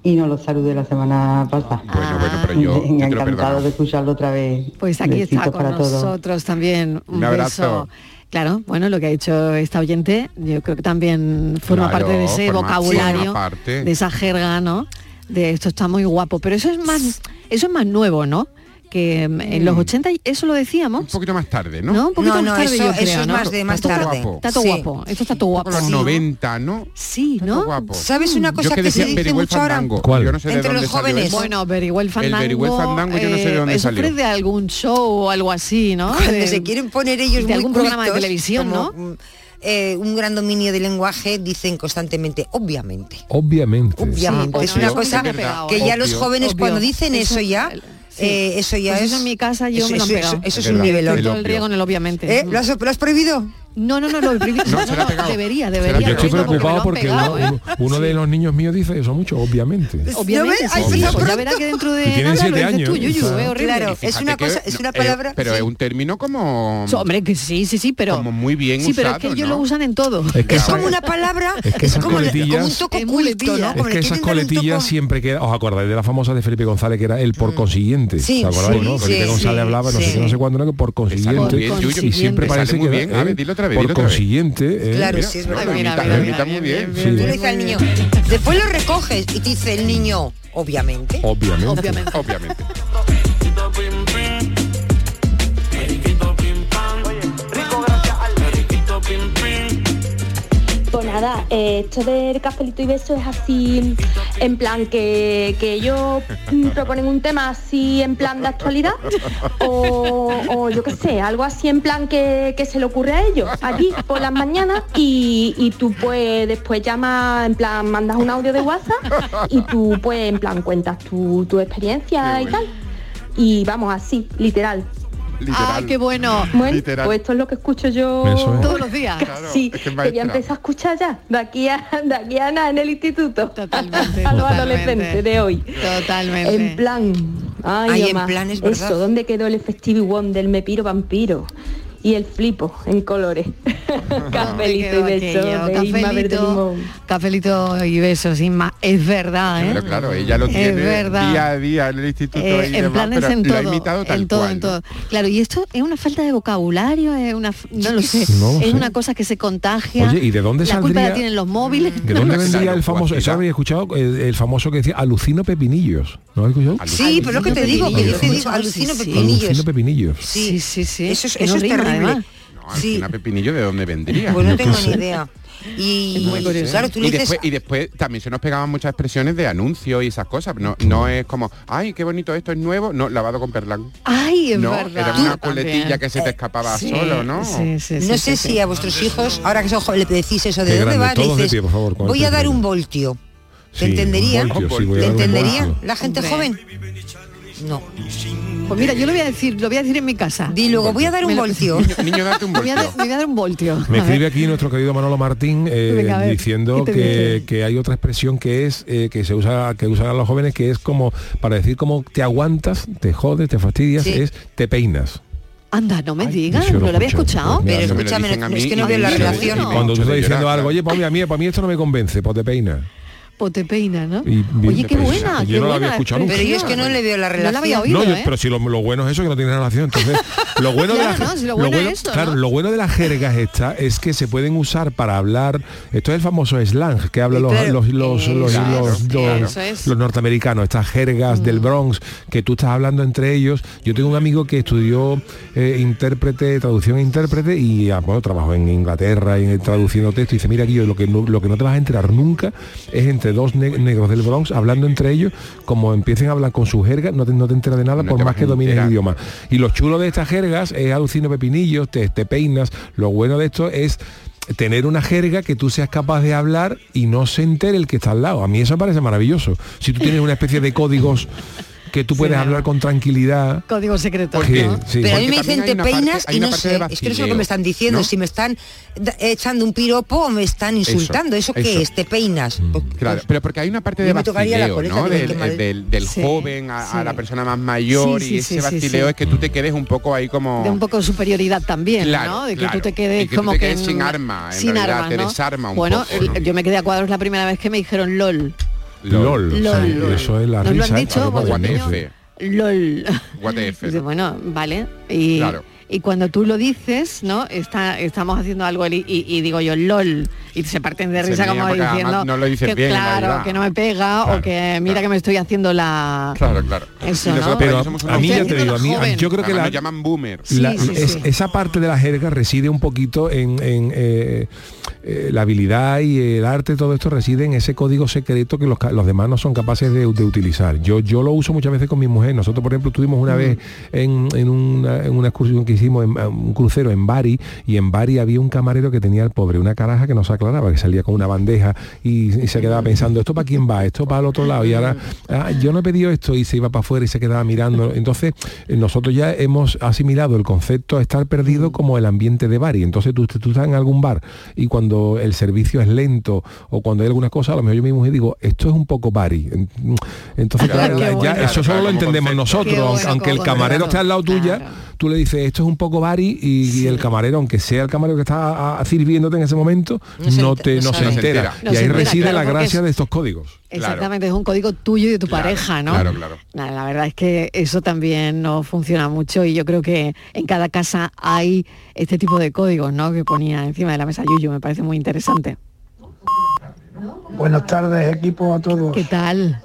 Speaker 13: y no lo saludé la semana pasada. Bueno, bueno, pero yo. encantado de escucharlo otra vez.
Speaker 1: Pues aquí está
Speaker 13: Besitos
Speaker 1: con
Speaker 13: para todos.
Speaker 1: nosotros también. Un,
Speaker 13: Un abrazo.
Speaker 1: beso. Claro, bueno, lo que ha dicho esta oyente, yo creo que también forma
Speaker 4: Claro,
Speaker 1: parte de ese
Speaker 4: forma-
Speaker 1: vocabulario,
Speaker 4: forma parte.
Speaker 1: de esa jerga, ¿no? De esto está muy guapo, pero eso es más, eso es más nuevo, ¿no? Que mm, en los 80 y- eso lo decíamos. Un
Speaker 4: poquito más tarde, ¿no?
Speaker 1: No, un poquito
Speaker 7: No,
Speaker 1: más
Speaker 7: no,
Speaker 1: tarde
Speaker 7: eso-
Speaker 1: yo
Speaker 7: eso
Speaker 1: creo,
Speaker 7: es
Speaker 1: ¿no?
Speaker 7: más de más
Speaker 1: Esto está
Speaker 7: tarde.
Speaker 1: guapo. Está todo
Speaker 7: Sí.
Speaker 1: guapo, esto está todo guapo.
Speaker 4: Los
Speaker 1: Sí, ¿no?
Speaker 4: 90, ¿no?
Speaker 1: Sí, ¿no?
Speaker 4: guapo.
Speaker 7: ¿Sabes una
Speaker 4: Mm.
Speaker 7: cosa
Speaker 4: yo que
Speaker 7: que se
Speaker 4: decía
Speaker 7: dice
Speaker 4: Berigüel
Speaker 7: mucho ahora?
Speaker 4: Fandango. Yo no sé de dónde salió eso.
Speaker 1: Bueno, Berigüel Fandango. eh,
Speaker 4: Berigüel Fandango, yo no sé de dónde
Speaker 1: eso
Speaker 4: salió.
Speaker 1: fue de algún show o algo así, ¿no?
Speaker 7: Cuando
Speaker 1: De-
Speaker 7: se quieren poner ellos
Speaker 1: de
Speaker 7: muy
Speaker 1: algún programa de
Speaker 7: cultos,
Speaker 1: televisión,
Speaker 7: como,
Speaker 1: ¿no?
Speaker 7: mm, eh, un gran dominio de lenguaje dicen constantemente, obviamente.
Speaker 5: Obviamente.
Speaker 7: Obviamente. es una cosa que ya los jóvenes
Speaker 1: Obvio.
Speaker 7: cuando dicen eso,
Speaker 1: Eso-
Speaker 7: ya,
Speaker 1: sí.
Speaker 7: eh, eso ya
Speaker 1: Pues
Speaker 7: es.
Speaker 1: eso en mi casa yo me lo han
Speaker 7: eso-
Speaker 1: pegado.
Speaker 7: Eso, eso es
Speaker 1: El
Speaker 7: un
Speaker 1: opio.
Speaker 7: nivel
Speaker 1: Todo el día con el obviamente. Mm.
Speaker 7: ¿Eh? ¿Lo, has, ¿Lo has prohibido?
Speaker 1: No, no, no, lo he prohibido.
Speaker 5: No, No, se lo ha no, pegado.
Speaker 1: debería,
Speaker 5: Yo
Speaker 1: debería.
Speaker 5: estoy
Speaker 1: no, porque me lo
Speaker 5: preocupado
Speaker 1: han
Speaker 5: porque
Speaker 1: pegado,
Speaker 5: uno, uno- uno de los niños míos dice eso mucho, obviamente.
Speaker 1: Obviamente,
Speaker 7: ves? Ay,
Speaker 1: sí, pues
Speaker 7: pero
Speaker 1: ya
Speaker 7: pronto.
Speaker 1: verá que dentro de
Speaker 5: Y tienen
Speaker 1: nada lo
Speaker 5: siete
Speaker 1: dices tú,
Speaker 5: años,
Speaker 1: Yuyu,
Speaker 5: o sea.
Speaker 1: es horrible.
Speaker 7: Claro,
Speaker 4: Y
Speaker 7: es
Speaker 4: fíjate
Speaker 7: una
Speaker 4: que-
Speaker 7: cosa, es una
Speaker 4: eh,
Speaker 7: palabra.
Speaker 4: pero es un término como...
Speaker 1: So, hombre, que sí, sí, sí, pero...
Speaker 4: Como muy bien
Speaker 1: sí, pero es
Speaker 4: usado,
Speaker 1: que ellos
Speaker 4: ¿no?
Speaker 1: lo usan en todo.
Speaker 5: Es que Es esa-
Speaker 7: como una palabra,
Speaker 5: es que
Speaker 7: es
Speaker 5: esas
Speaker 7: como, la- como
Speaker 5: coletillas-
Speaker 7: un toque
Speaker 1: Es
Speaker 7: oculto,
Speaker 1: muletilla.
Speaker 7: ¿no? Como
Speaker 5: Es
Speaker 7: le
Speaker 5: que esas
Speaker 7: quieren dar un
Speaker 5: coletillas siempre quedan, os acordáis de la famosa de Felipe González que era el por consiguiente.
Speaker 7: Sí,
Speaker 5: ¿Te acordáis,
Speaker 7: sí,
Speaker 5: no?
Speaker 7: sí,
Speaker 5: Felipe González
Speaker 7: sí,
Speaker 5: hablaba, no sé
Speaker 7: sí.
Speaker 5: qué, no sé cuándo, era que por consiguiente.
Speaker 4: muy bien, Yuyu.
Speaker 5: y
Speaker 4: Te
Speaker 5: siempre
Speaker 4: sale
Speaker 5: parece
Speaker 4: muy
Speaker 5: que
Speaker 4: bien.
Speaker 5: era,
Speaker 4: A ver,
Speaker 5: eh,
Speaker 4: dilo otra vez,
Speaker 5: Por
Speaker 4: dilo otra vez.
Speaker 5: consiguiente. eh,
Speaker 7: Claro,
Speaker 5: mira,
Speaker 7: sí, es
Speaker 5: lo
Speaker 7: verdad.
Speaker 5: imita-
Speaker 7: Mira, mira,
Speaker 5: lo imita muy bien. Sí.
Speaker 7: toque. Tú le dices al niño, después lo recoges y te dice el niño, obviamente.
Speaker 5: Obviamente.
Speaker 7: Obviamente.
Speaker 4: Obviamente.
Speaker 14: Pues nada, eh, esto del cafelito y beso es así, en plan que, que ellos mm, proponen un tema así en plan de actualidad, o, o yo qué sé, algo así en plan que, que se le ocurre a ellos, allí por las mañanas, y, y tú pues después llamas, en plan mandas un audio de WhatsApp y tú pues en plan cuentas tu, tu experiencia
Speaker 4: Qué
Speaker 14: y
Speaker 4: bueno.
Speaker 14: tal. Y vamos así, literal.
Speaker 4: Literal.
Speaker 14: qué bueno. Bueno,
Speaker 4: Literal.
Speaker 14: pues esto es lo que escucho yo
Speaker 4: Eso es.
Speaker 1: Todos los días.
Speaker 14: Casi,
Speaker 4: es que es
Speaker 14: que ya
Speaker 4: maestra.
Speaker 14: empecé a escuchar ya, de aquí a, de aquí a nada en el instituto. Totalmente. a los adolescentes de hoy.
Speaker 1: Totalmente.
Speaker 14: En plan, ay,
Speaker 7: Ay, en
Speaker 14: mamá,
Speaker 7: plan, es verdad.
Speaker 14: eso, ¿dónde quedó el Festive Wonder, el me piro vampiro? Y el flipo en colores. Cafelito y
Speaker 1: Quedó
Speaker 14: beso.
Speaker 1: aquello,
Speaker 14: de Isma Verde
Speaker 1: Cafelito,
Speaker 14: Limón.
Speaker 1: cafelito y besos, Inma. Es verdad, ¿eh?
Speaker 4: Pero claro, ella lo
Speaker 1: Es
Speaker 4: tiene
Speaker 1: verdad.
Speaker 4: día a día en el instituto
Speaker 1: Eh,
Speaker 4: y
Speaker 1: en
Speaker 4: demás,
Speaker 1: planes
Speaker 4: pero
Speaker 1: en
Speaker 4: lo ha
Speaker 1: todo,
Speaker 4: imitado tal
Speaker 1: en todo,
Speaker 4: cual.
Speaker 1: en todo. Claro, y esto es una falta de vocabulario, es una, f- no lo sé,
Speaker 5: No lo
Speaker 1: es
Speaker 5: sé.
Speaker 1: una cosa que se contagia.
Speaker 5: Oye, ¿y de dónde
Speaker 1: La culpa la
Speaker 5: saldría-
Speaker 1: tienen los móviles.
Speaker 5: ¿De dónde vendría el famoso? Eso habéis escuchado el, el famoso que decía alucino pepinillos. ¿No habéis escuchado?
Speaker 7: Sí, pero lo que te digo, que yo te digo, alucino pepinillos.
Speaker 5: Alucino pepinillos.
Speaker 7: Sí,
Speaker 1: sí, sí.
Speaker 7: Eso es,
Speaker 1: Que
Speaker 7: eso
Speaker 1: no
Speaker 7: es
Speaker 1: rima,
Speaker 7: terrible.
Speaker 1: además.
Speaker 4: No, al final Pepinillo, ¿de dónde vendría?
Speaker 7: Pues no
Speaker 4: Yo qué
Speaker 7: tengo ni
Speaker 4: sé.
Speaker 7: idea. Y
Speaker 4: No sé.
Speaker 7: claro, tú
Speaker 4: y,
Speaker 7: le dices,
Speaker 4: después, y después también se nos pegaban muchas expresiones de anuncios y esas cosas. No, no es como, ay, qué bonito esto, es nuevo. No, lavado con perlán.
Speaker 1: Ay, es
Speaker 4: no,
Speaker 1: verdad.
Speaker 4: era una
Speaker 1: también.
Speaker 4: coletilla que se te escapaba
Speaker 1: sí,
Speaker 4: solo, ¿no?
Speaker 1: sí, sí,
Speaker 7: no sé si a vuestros hijos, ahora que son jóvenes, le decís eso, ¿de
Speaker 4: Qué
Speaker 7: dónde
Speaker 4: grande,
Speaker 7: va? Le
Speaker 4: todos de
Speaker 7: dices,
Speaker 4: pie, por favor, con el
Speaker 7: voy a
Speaker 4: pelo
Speaker 7: dar
Speaker 4: grande.
Speaker 7: un voltio.
Speaker 5: Sí,
Speaker 7: ¿Te entendería?
Speaker 5: un voltio, sí, voy
Speaker 7: ¿Te
Speaker 5: a dar un
Speaker 7: entendería
Speaker 5: voltio.
Speaker 7: la gente
Speaker 1: Hombre.
Speaker 7: joven? No.
Speaker 1: Pues mira, yo lo voy a decir, lo voy a decir en mi casa.
Speaker 7: Di luego, voy a dar un
Speaker 1: Me lo-
Speaker 7: voltio.
Speaker 4: Niño, niño, date un
Speaker 1: Me voy a dar-
Speaker 4: voltio.
Speaker 1: me voy a dar un voltio.
Speaker 5: Me
Speaker 1: A ver.
Speaker 5: escribe aquí nuestro querido Manolo Martín eh,
Speaker 1: Venga, a ver, Este
Speaker 5: diciendo
Speaker 1: ¿qué te
Speaker 5: que,
Speaker 1: dice?
Speaker 5: que hay otra expresión que es eh, que se usa que usan los jóvenes que es como para decir como te aguantas, te jodes, te fastidias,
Speaker 1: Sí.
Speaker 5: es te peinas.
Speaker 1: Anda, no me digas,
Speaker 5: yo lo
Speaker 1: no lo había
Speaker 5: escucho,
Speaker 1: escuchado.
Speaker 5: pues mira, Pero no me lo escúchame,
Speaker 4: dicen a no- mí es que no y veo me la
Speaker 5: Y-
Speaker 4: relación.
Speaker 5: y
Speaker 4: no.
Speaker 5: Cuando tú
Speaker 4: Mucho
Speaker 5: estás
Speaker 4: de
Speaker 5: diciendo
Speaker 4: llorar,
Speaker 5: algo, oye, pues mira, mía, para mí esto no me convence, pues te peinas.
Speaker 1: O Pues te peina, ¿no?
Speaker 5: Y- y-
Speaker 1: Oye, qué
Speaker 5: pues,
Speaker 1: buena.
Speaker 5: yo
Speaker 1: qué
Speaker 5: no la
Speaker 1: buena
Speaker 5: había escuchado nunca.
Speaker 7: Pero yo es que
Speaker 1: expresión.
Speaker 7: no le veo la
Speaker 1: No
Speaker 7: relación.
Speaker 1: la había oído,
Speaker 5: no, yo-
Speaker 1: ¿eh?
Speaker 5: pero si lo, lo bueno es eso que no tiene relación, entonces lo bueno de la,
Speaker 1: Claro, no, si lo bueno es eso,
Speaker 5: claro,
Speaker 1: ¿no?
Speaker 5: lo bueno de las jergas esta es que se pueden usar para hablar. Esto es el famoso slang que hablan los,
Speaker 1: Claro. Eh,
Speaker 5: los, los, los-
Speaker 1: Eso
Speaker 5: los-
Speaker 1: es,
Speaker 5: los-
Speaker 1: eso es.
Speaker 5: los norteamericanos, estas jergas del Bronx que tú estás hablando entre ellos. Yo tengo un amigo que estudió eh, intérprete, traducción e intérprete y ah, bueno, trabajó en Inglaterra y traduciendo texto y dice, mira Guillo, lo que no, lo que no te vas a enterar nunca es entre dos ne- negros del Bronx hablando entre ellos, como empiecen a hablar con su jerga, no te, no te enteras de nada por más que domines el idioma. Y lo chulo de estas jergas es alucino pepinillos, te, te peinas. Lo bueno de esto es tener una jerga que tú seas capaz de hablar y no se entere el que está al lado. A mí eso me parece maravilloso. Si tú tienes una especie de códigos que tú puedes
Speaker 1: Sí.
Speaker 5: hablar con tranquilidad.
Speaker 1: Código secreto.
Speaker 5: Porque-
Speaker 1: ¿no?
Speaker 5: sí.
Speaker 7: Pero a
Speaker 5: Porque
Speaker 7: mí me
Speaker 5: también
Speaker 7: dicen
Speaker 5: hay
Speaker 7: te
Speaker 5: una parte-
Speaker 7: peinas
Speaker 5: hay
Speaker 7: y
Speaker 5: una
Speaker 7: no
Speaker 5: parte de
Speaker 7: sé, es que no sé lo que
Speaker 5: vacileo,
Speaker 7: me están diciendo,
Speaker 5: ¿no?
Speaker 7: si me están da- echando un piropo o me están insultando, ¿eso, qué
Speaker 4: eso.
Speaker 7: es? Te peinas.
Speaker 5: Mm.
Speaker 7: Pues-
Speaker 4: Claro, pero porque hay una parte de
Speaker 7: Yo me tocaría la
Speaker 4: vacileo,
Speaker 7: coleta,
Speaker 4: ¿no?
Speaker 7: que me
Speaker 4: Del, eh,
Speaker 7: quema el-
Speaker 4: del- del
Speaker 1: Sí,
Speaker 4: joven a, a
Speaker 1: sí.
Speaker 4: la persona más mayor
Speaker 1: Sí, sí,
Speaker 4: y
Speaker 1: sí,
Speaker 4: ese
Speaker 1: sí,
Speaker 4: vacileo
Speaker 1: sí.
Speaker 4: es que tú te quedes un poco ahí como...
Speaker 1: de un poco de superioridad también,
Speaker 4: Claro,
Speaker 1: ¿no? De que tú
Speaker 4: claro.
Speaker 1: te
Speaker 4: Y
Speaker 1: quedes
Speaker 4: que tú
Speaker 1: como
Speaker 4: te
Speaker 1: que
Speaker 4: quedes
Speaker 1: en-
Speaker 4: sin arma, en
Speaker 1: sin
Speaker 4: realidad,
Speaker 1: arma,
Speaker 4: te
Speaker 1: ¿no?
Speaker 4: desarma un
Speaker 1: bueno,
Speaker 4: poco, ¿no?
Speaker 1: el- yo me quedé a cuadros la primera vez que me dijeron LOL,
Speaker 5: LOL. sí,
Speaker 1: LOL, LOL.
Speaker 5: Eso es la
Speaker 1: Nos lo han
Speaker 5: risa.
Speaker 1: dicho,
Speaker 5: algo
Speaker 1: madre mía.
Speaker 5: guatefe.
Speaker 1: LOL.
Speaker 4: Guatefe.
Speaker 1: Dice, bueno, vale. Y,
Speaker 4: Claro.
Speaker 1: y cuando tú lo dices, ¿no? Está, estamos haciendo algo y, y- y digo yo, LOL. Y se parten de
Speaker 4: Se
Speaker 1: risa como
Speaker 4: ríen porque
Speaker 1: diciendo
Speaker 4: además no lo dices
Speaker 1: que,
Speaker 4: bien, en
Speaker 1: claro,
Speaker 4: realidad.
Speaker 1: que no me pega o que mira que me estoy haciendo la.
Speaker 4: Claro, claro.
Speaker 1: Eso,
Speaker 4: Y
Speaker 1: ¿no?
Speaker 4: nosotros
Speaker 5: Pero
Speaker 4: aquí somos
Speaker 5: a mí
Speaker 4: unos
Speaker 5: ya te digo, a mí-
Speaker 4: jóvenes.
Speaker 5: yo creo que
Speaker 4: Además
Speaker 5: la-
Speaker 4: nos llaman boomer.
Speaker 5: La- es- Esa parte de la jerga reside un poquito en, en, eh, eh, la habilidad y el arte, todo esto reside en ese código secreto que los, ca- los demás no son capaces de, de utilizar. Yo, yo lo uso muchas veces con mi mujer. Nosotros, por ejemplo, tuvimos una vez en, en una, en una excursión que hicimos, en, en un crucero en Bari, y en Bari había un camarero que tenía al pobre una caraja que no se aclaraba, que salía con una bandeja y, y se quedaba pensando, ¿esto para quién va? ¿Esto para el otro lado? Y ahora, "Ah, yo no he pedido esto, y se iba para afuera y se quedaba mirando. Entonces, eh, nosotros ya hemos asimilado el concepto a estar perdido como el ambiente de bar. Y entonces tú, tú estás en algún bar y cuando el servicio es lento o cuando hay alguna cosa, a lo mejor yo mi mujer digo, esto es un poco bari. En- Entonces,
Speaker 4: Claro,
Speaker 5: claro,
Speaker 4: qué
Speaker 5: ya
Speaker 4: bueno.
Speaker 5: eso solo
Speaker 4: Claro,
Speaker 5: lo
Speaker 4: como
Speaker 5: entendemos
Speaker 4: concepto.
Speaker 5: nosotros,
Speaker 4: Qué
Speaker 5: aunque,
Speaker 4: bueno
Speaker 5: aunque el
Speaker 4: como
Speaker 5: camarero
Speaker 4: concepto.
Speaker 5: esté al lado tuya, tú le dices, esto es un poco bari y, y el camarero, aunque sea el camarero que está a- a- sirviéndote en ese momento, no, te, no se
Speaker 4: sabe.
Speaker 5: entera.
Speaker 4: No
Speaker 5: Y
Speaker 4: se
Speaker 5: ahí
Speaker 4: entera,
Speaker 5: reside
Speaker 1: claro,
Speaker 5: la
Speaker 1: porque
Speaker 5: gracia
Speaker 1: es-
Speaker 5: de estos códigos.
Speaker 1: Exactamente, es un código tuyo y de tu pareja, ¿no?
Speaker 5: claro, claro.
Speaker 1: La, la verdad es que eso también no funciona mucho y yo creo que en cada casa hay este tipo de códigos, ¿no? Que ponía encima de la mesa Yuyu, me parece muy interesante.
Speaker 15: Buenas tardes, equipo a todos. ¿Qué
Speaker 1: tal?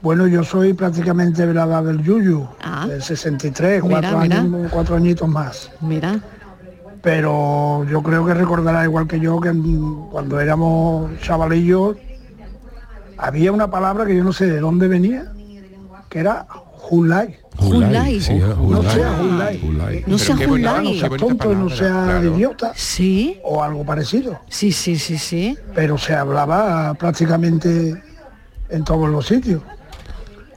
Speaker 15: Bueno, yo soy prácticamente de la edad del Yuyu, del 63,
Speaker 1: Ah. Mira,
Speaker 15: cuatro,
Speaker 1: mira.
Speaker 15: años- cuatro añitos más.
Speaker 1: Mira.
Speaker 15: Pero yo creo que recordará igual que yo que en- cuando éramos chavalillos había una palabra que yo no sé de dónde venía, que era Julai.
Speaker 1: Julai.
Speaker 5: Sí,
Speaker 3: ¿eh?
Speaker 5: era
Speaker 15: No
Speaker 5: Hulai.
Speaker 15: sea Julai.
Speaker 5: Hulai.
Speaker 1: No Pero sea qué bonita- Hulai.
Speaker 15: No
Speaker 1: qué
Speaker 15: sea
Speaker 1: bonita
Speaker 15: tonto, no
Speaker 1: palabra,
Speaker 15: sea
Speaker 1: claro.
Speaker 15: idiota.
Speaker 1: Sí.
Speaker 15: O algo parecido.
Speaker 1: Sí, sí, sí, sí.
Speaker 15: Pero se hablaba prácticamente en todos los sitios.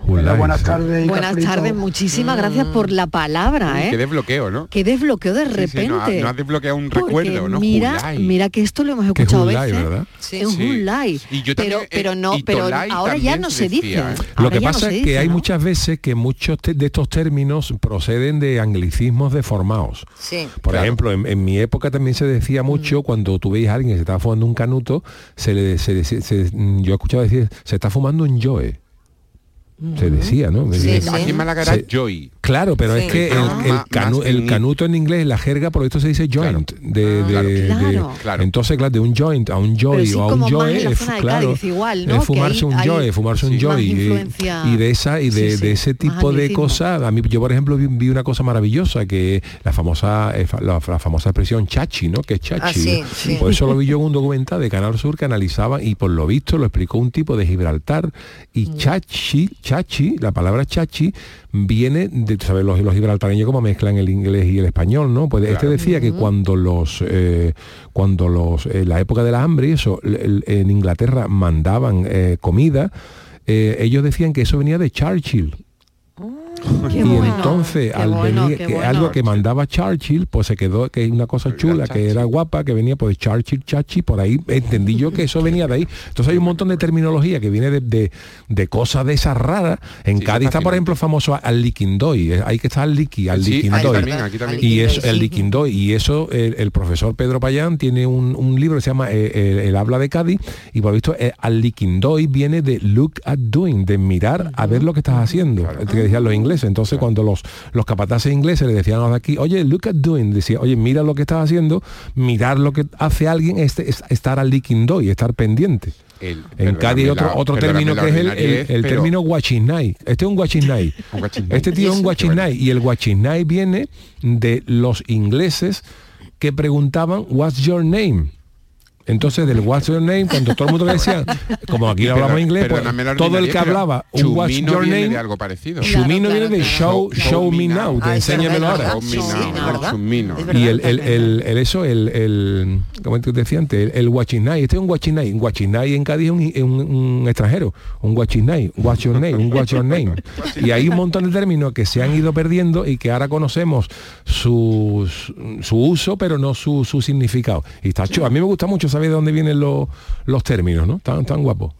Speaker 15: Pero buenas tardes.
Speaker 1: Buenas
Speaker 15: Caprito.
Speaker 1: tardes, muchísimas gracias por la palabra,
Speaker 4: Qué
Speaker 1: ¿eh?
Speaker 4: desbloqueo, ¿no?
Speaker 1: Que desbloqueo de repente.
Speaker 4: Sí, sí, no, ha- no has desbloqueado un ¿eh?
Speaker 1: Porque
Speaker 4: recuerdo, ¿no?
Speaker 1: mira,
Speaker 4: Julai.
Speaker 1: mira que esto lo hemos
Speaker 4: Que es
Speaker 1: escuchado
Speaker 4: Hulai,
Speaker 1: veces.
Speaker 4: ¿verdad?
Speaker 5: Sí.
Speaker 1: Es un
Speaker 5: Sí.
Speaker 1: Hulai.
Speaker 5: Y
Speaker 1: pero,
Speaker 5: yo también, eh,
Speaker 1: pero no,
Speaker 5: y
Speaker 1: pero
Speaker 5: Tolai
Speaker 1: ahora ya
Speaker 5: también
Speaker 1: no
Speaker 5: se
Speaker 1: se dice.
Speaker 5: decía, ¿eh? Lo
Speaker 1: Ahora
Speaker 5: que
Speaker 1: ya no
Speaker 5: pasa
Speaker 1: se
Speaker 5: es
Speaker 1: dice,
Speaker 5: que hay
Speaker 1: ¿no?
Speaker 5: muchas veces que muchos te- de estos términos proceden de anglicismos deformados.
Speaker 7: Sí.
Speaker 5: Por ejemplo, en, en mi época también se decía
Speaker 1: Mm.
Speaker 5: mucho cuando tú veías a alguien que se estaba fumando un canuto, se le, se, se- se- mm, yo escuchaba decir, se está fumando un joe.
Speaker 1: Mm.
Speaker 5: Se decía, ¿no?
Speaker 4: Sí,
Speaker 5: Decía,
Speaker 4: sí. Aquí en Málaga era
Speaker 5: se-
Speaker 4: joy.
Speaker 5: Claro, pero
Speaker 4: Sí.
Speaker 5: es que el,
Speaker 4: Ah.
Speaker 5: el
Speaker 4: Ma-
Speaker 5: canu-
Speaker 4: más
Speaker 5: el
Speaker 4: en-
Speaker 5: canuto en inglés, la jerga, por esto se dice joint. de- de- de-
Speaker 1: Ah, Claro.
Speaker 5: Entonces, claro, de un joint a un joy
Speaker 1: Pero sí,
Speaker 5: o a un
Speaker 1: como más
Speaker 5: joy,
Speaker 1: en la
Speaker 5: es,
Speaker 1: zona de
Speaker 5: claro,
Speaker 1: Cádiz igual, ¿no?
Speaker 5: es
Speaker 1: Que
Speaker 5: fumarse
Speaker 1: ahí
Speaker 5: un
Speaker 1: hay
Speaker 5: joy, fumarse un
Speaker 1: más
Speaker 5: joy. y-
Speaker 1: influencia.
Speaker 5: Y, de esa y de,
Speaker 1: Sí, sí,
Speaker 5: de ese
Speaker 1: más
Speaker 5: tipo de
Speaker 1: anglicismo.
Speaker 5: cosas, a mí yo por ejemplo vi, vi una cosa maravillosa que la famosa eh, fa- la, la famosa expresión chachi, ¿no? Que es chachi.
Speaker 16: Ah, sí,
Speaker 5: ¿no?
Speaker 16: sí.
Speaker 5: Por eso lo vi yo en un documental de Canal Sur que analizaba y por lo visto lo explicó un tipo de Gibraltar y chachi, chachi, la palabra chachi viene de tú sabes los, los gibraltareños como mezclan el inglés y el español, ¿no? Pues este
Speaker 4: Claro.
Speaker 5: decía que cuando los eh, cuando los en la época de la hambre y eso el- el- en Inglaterra mandaban eh, comida, eh, ellos decían que eso venía de Churchill
Speaker 1: Qué
Speaker 5: y
Speaker 1: bueno,
Speaker 5: entonces
Speaker 1: qué
Speaker 5: al
Speaker 1: bueno,
Speaker 5: venir
Speaker 1: qué
Speaker 5: que
Speaker 1: bueno.
Speaker 5: algo que mandaba Churchill pues se quedó que es una cosa chula que era guapa que venía pues Churchill Chachi por ahí entendí yo que eso venía de ahí entonces hay un montón de terminología que viene de, de- de cosas de esas raras en Cádiz está por ejemplo famoso al liquindoy eh, hay que estar al liqui al
Speaker 4: Sí, aquí
Speaker 5: liquindoy
Speaker 4: también, aquí también.
Speaker 5: y eso
Speaker 4: Liquindoy,
Speaker 5: el
Speaker 4: sí.
Speaker 5: liquindoy y eso el, el profesor Pedro Payán tiene un, un libro que se llama eh, el, el habla de Cádiz y por lo visto eh, al liquindoy viene de look at doing de mirar a ver lo que estás haciendo que decían los ingleses entonces cuando los los capataces ingleses le decían a los de aquí oye look at doing decía oye mira lo que estás haciendo mirar lo que hace alguien este es estar al liquindoy estar pendiente
Speaker 4: El-
Speaker 5: en
Speaker 4: perdóname
Speaker 5: Cádiz hay otro,
Speaker 4: la-
Speaker 5: otro
Speaker 4: perdóname
Speaker 5: término
Speaker 4: la
Speaker 5: que es el, el-
Speaker 4: ordinariez,
Speaker 5: el
Speaker 4: pero-
Speaker 5: término guachinay. Este es un guachinay. este tío es un guachinay. Y el guachinay viene de los ingleses que preguntaban, what's your name? Entonces, del What's Your Name, cuando todo el mundo le decía, como aquí no hablamos
Speaker 4: Pero-
Speaker 5: inglés, pues,
Speaker 4: perdóname la
Speaker 5: todo el
Speaker 4: ordinariedad,
Speaker 5: que
Speaker 4: pero
Speaker 5: hablaba un What's
Speaker 4: Chumino
Speaker 5: Your
Speaker 4: viene
Speaker 5: Name,
Speaker 4: de algo parecido.
Speaker 5: Chumino viene de Show, show Me Now, de
Speaker 4: Ah, es verdad,
Speaker 5: enséñamelo
Speaker 4: es
Speaker 5: ahora.
Speaker 4: verdad, Show Me Now, ¿verdad? Chumino.
Speaker 5: Y el, el, el- el eso, el, el como te decía antes, el, el guachinay, este es un guachinay, un guachinay en Cádiz es un, es un- un extranjero, un guachinay, what's your name, un what's your name. Y hay un montón de términos que se han ido perdiendo y que ahora conocemos su, su- su uso, pero no su, su significado. Y está chulo, a mí me gusta mucho saber de dónde vienen los, los términos, ¿no? Tan, tan guapo.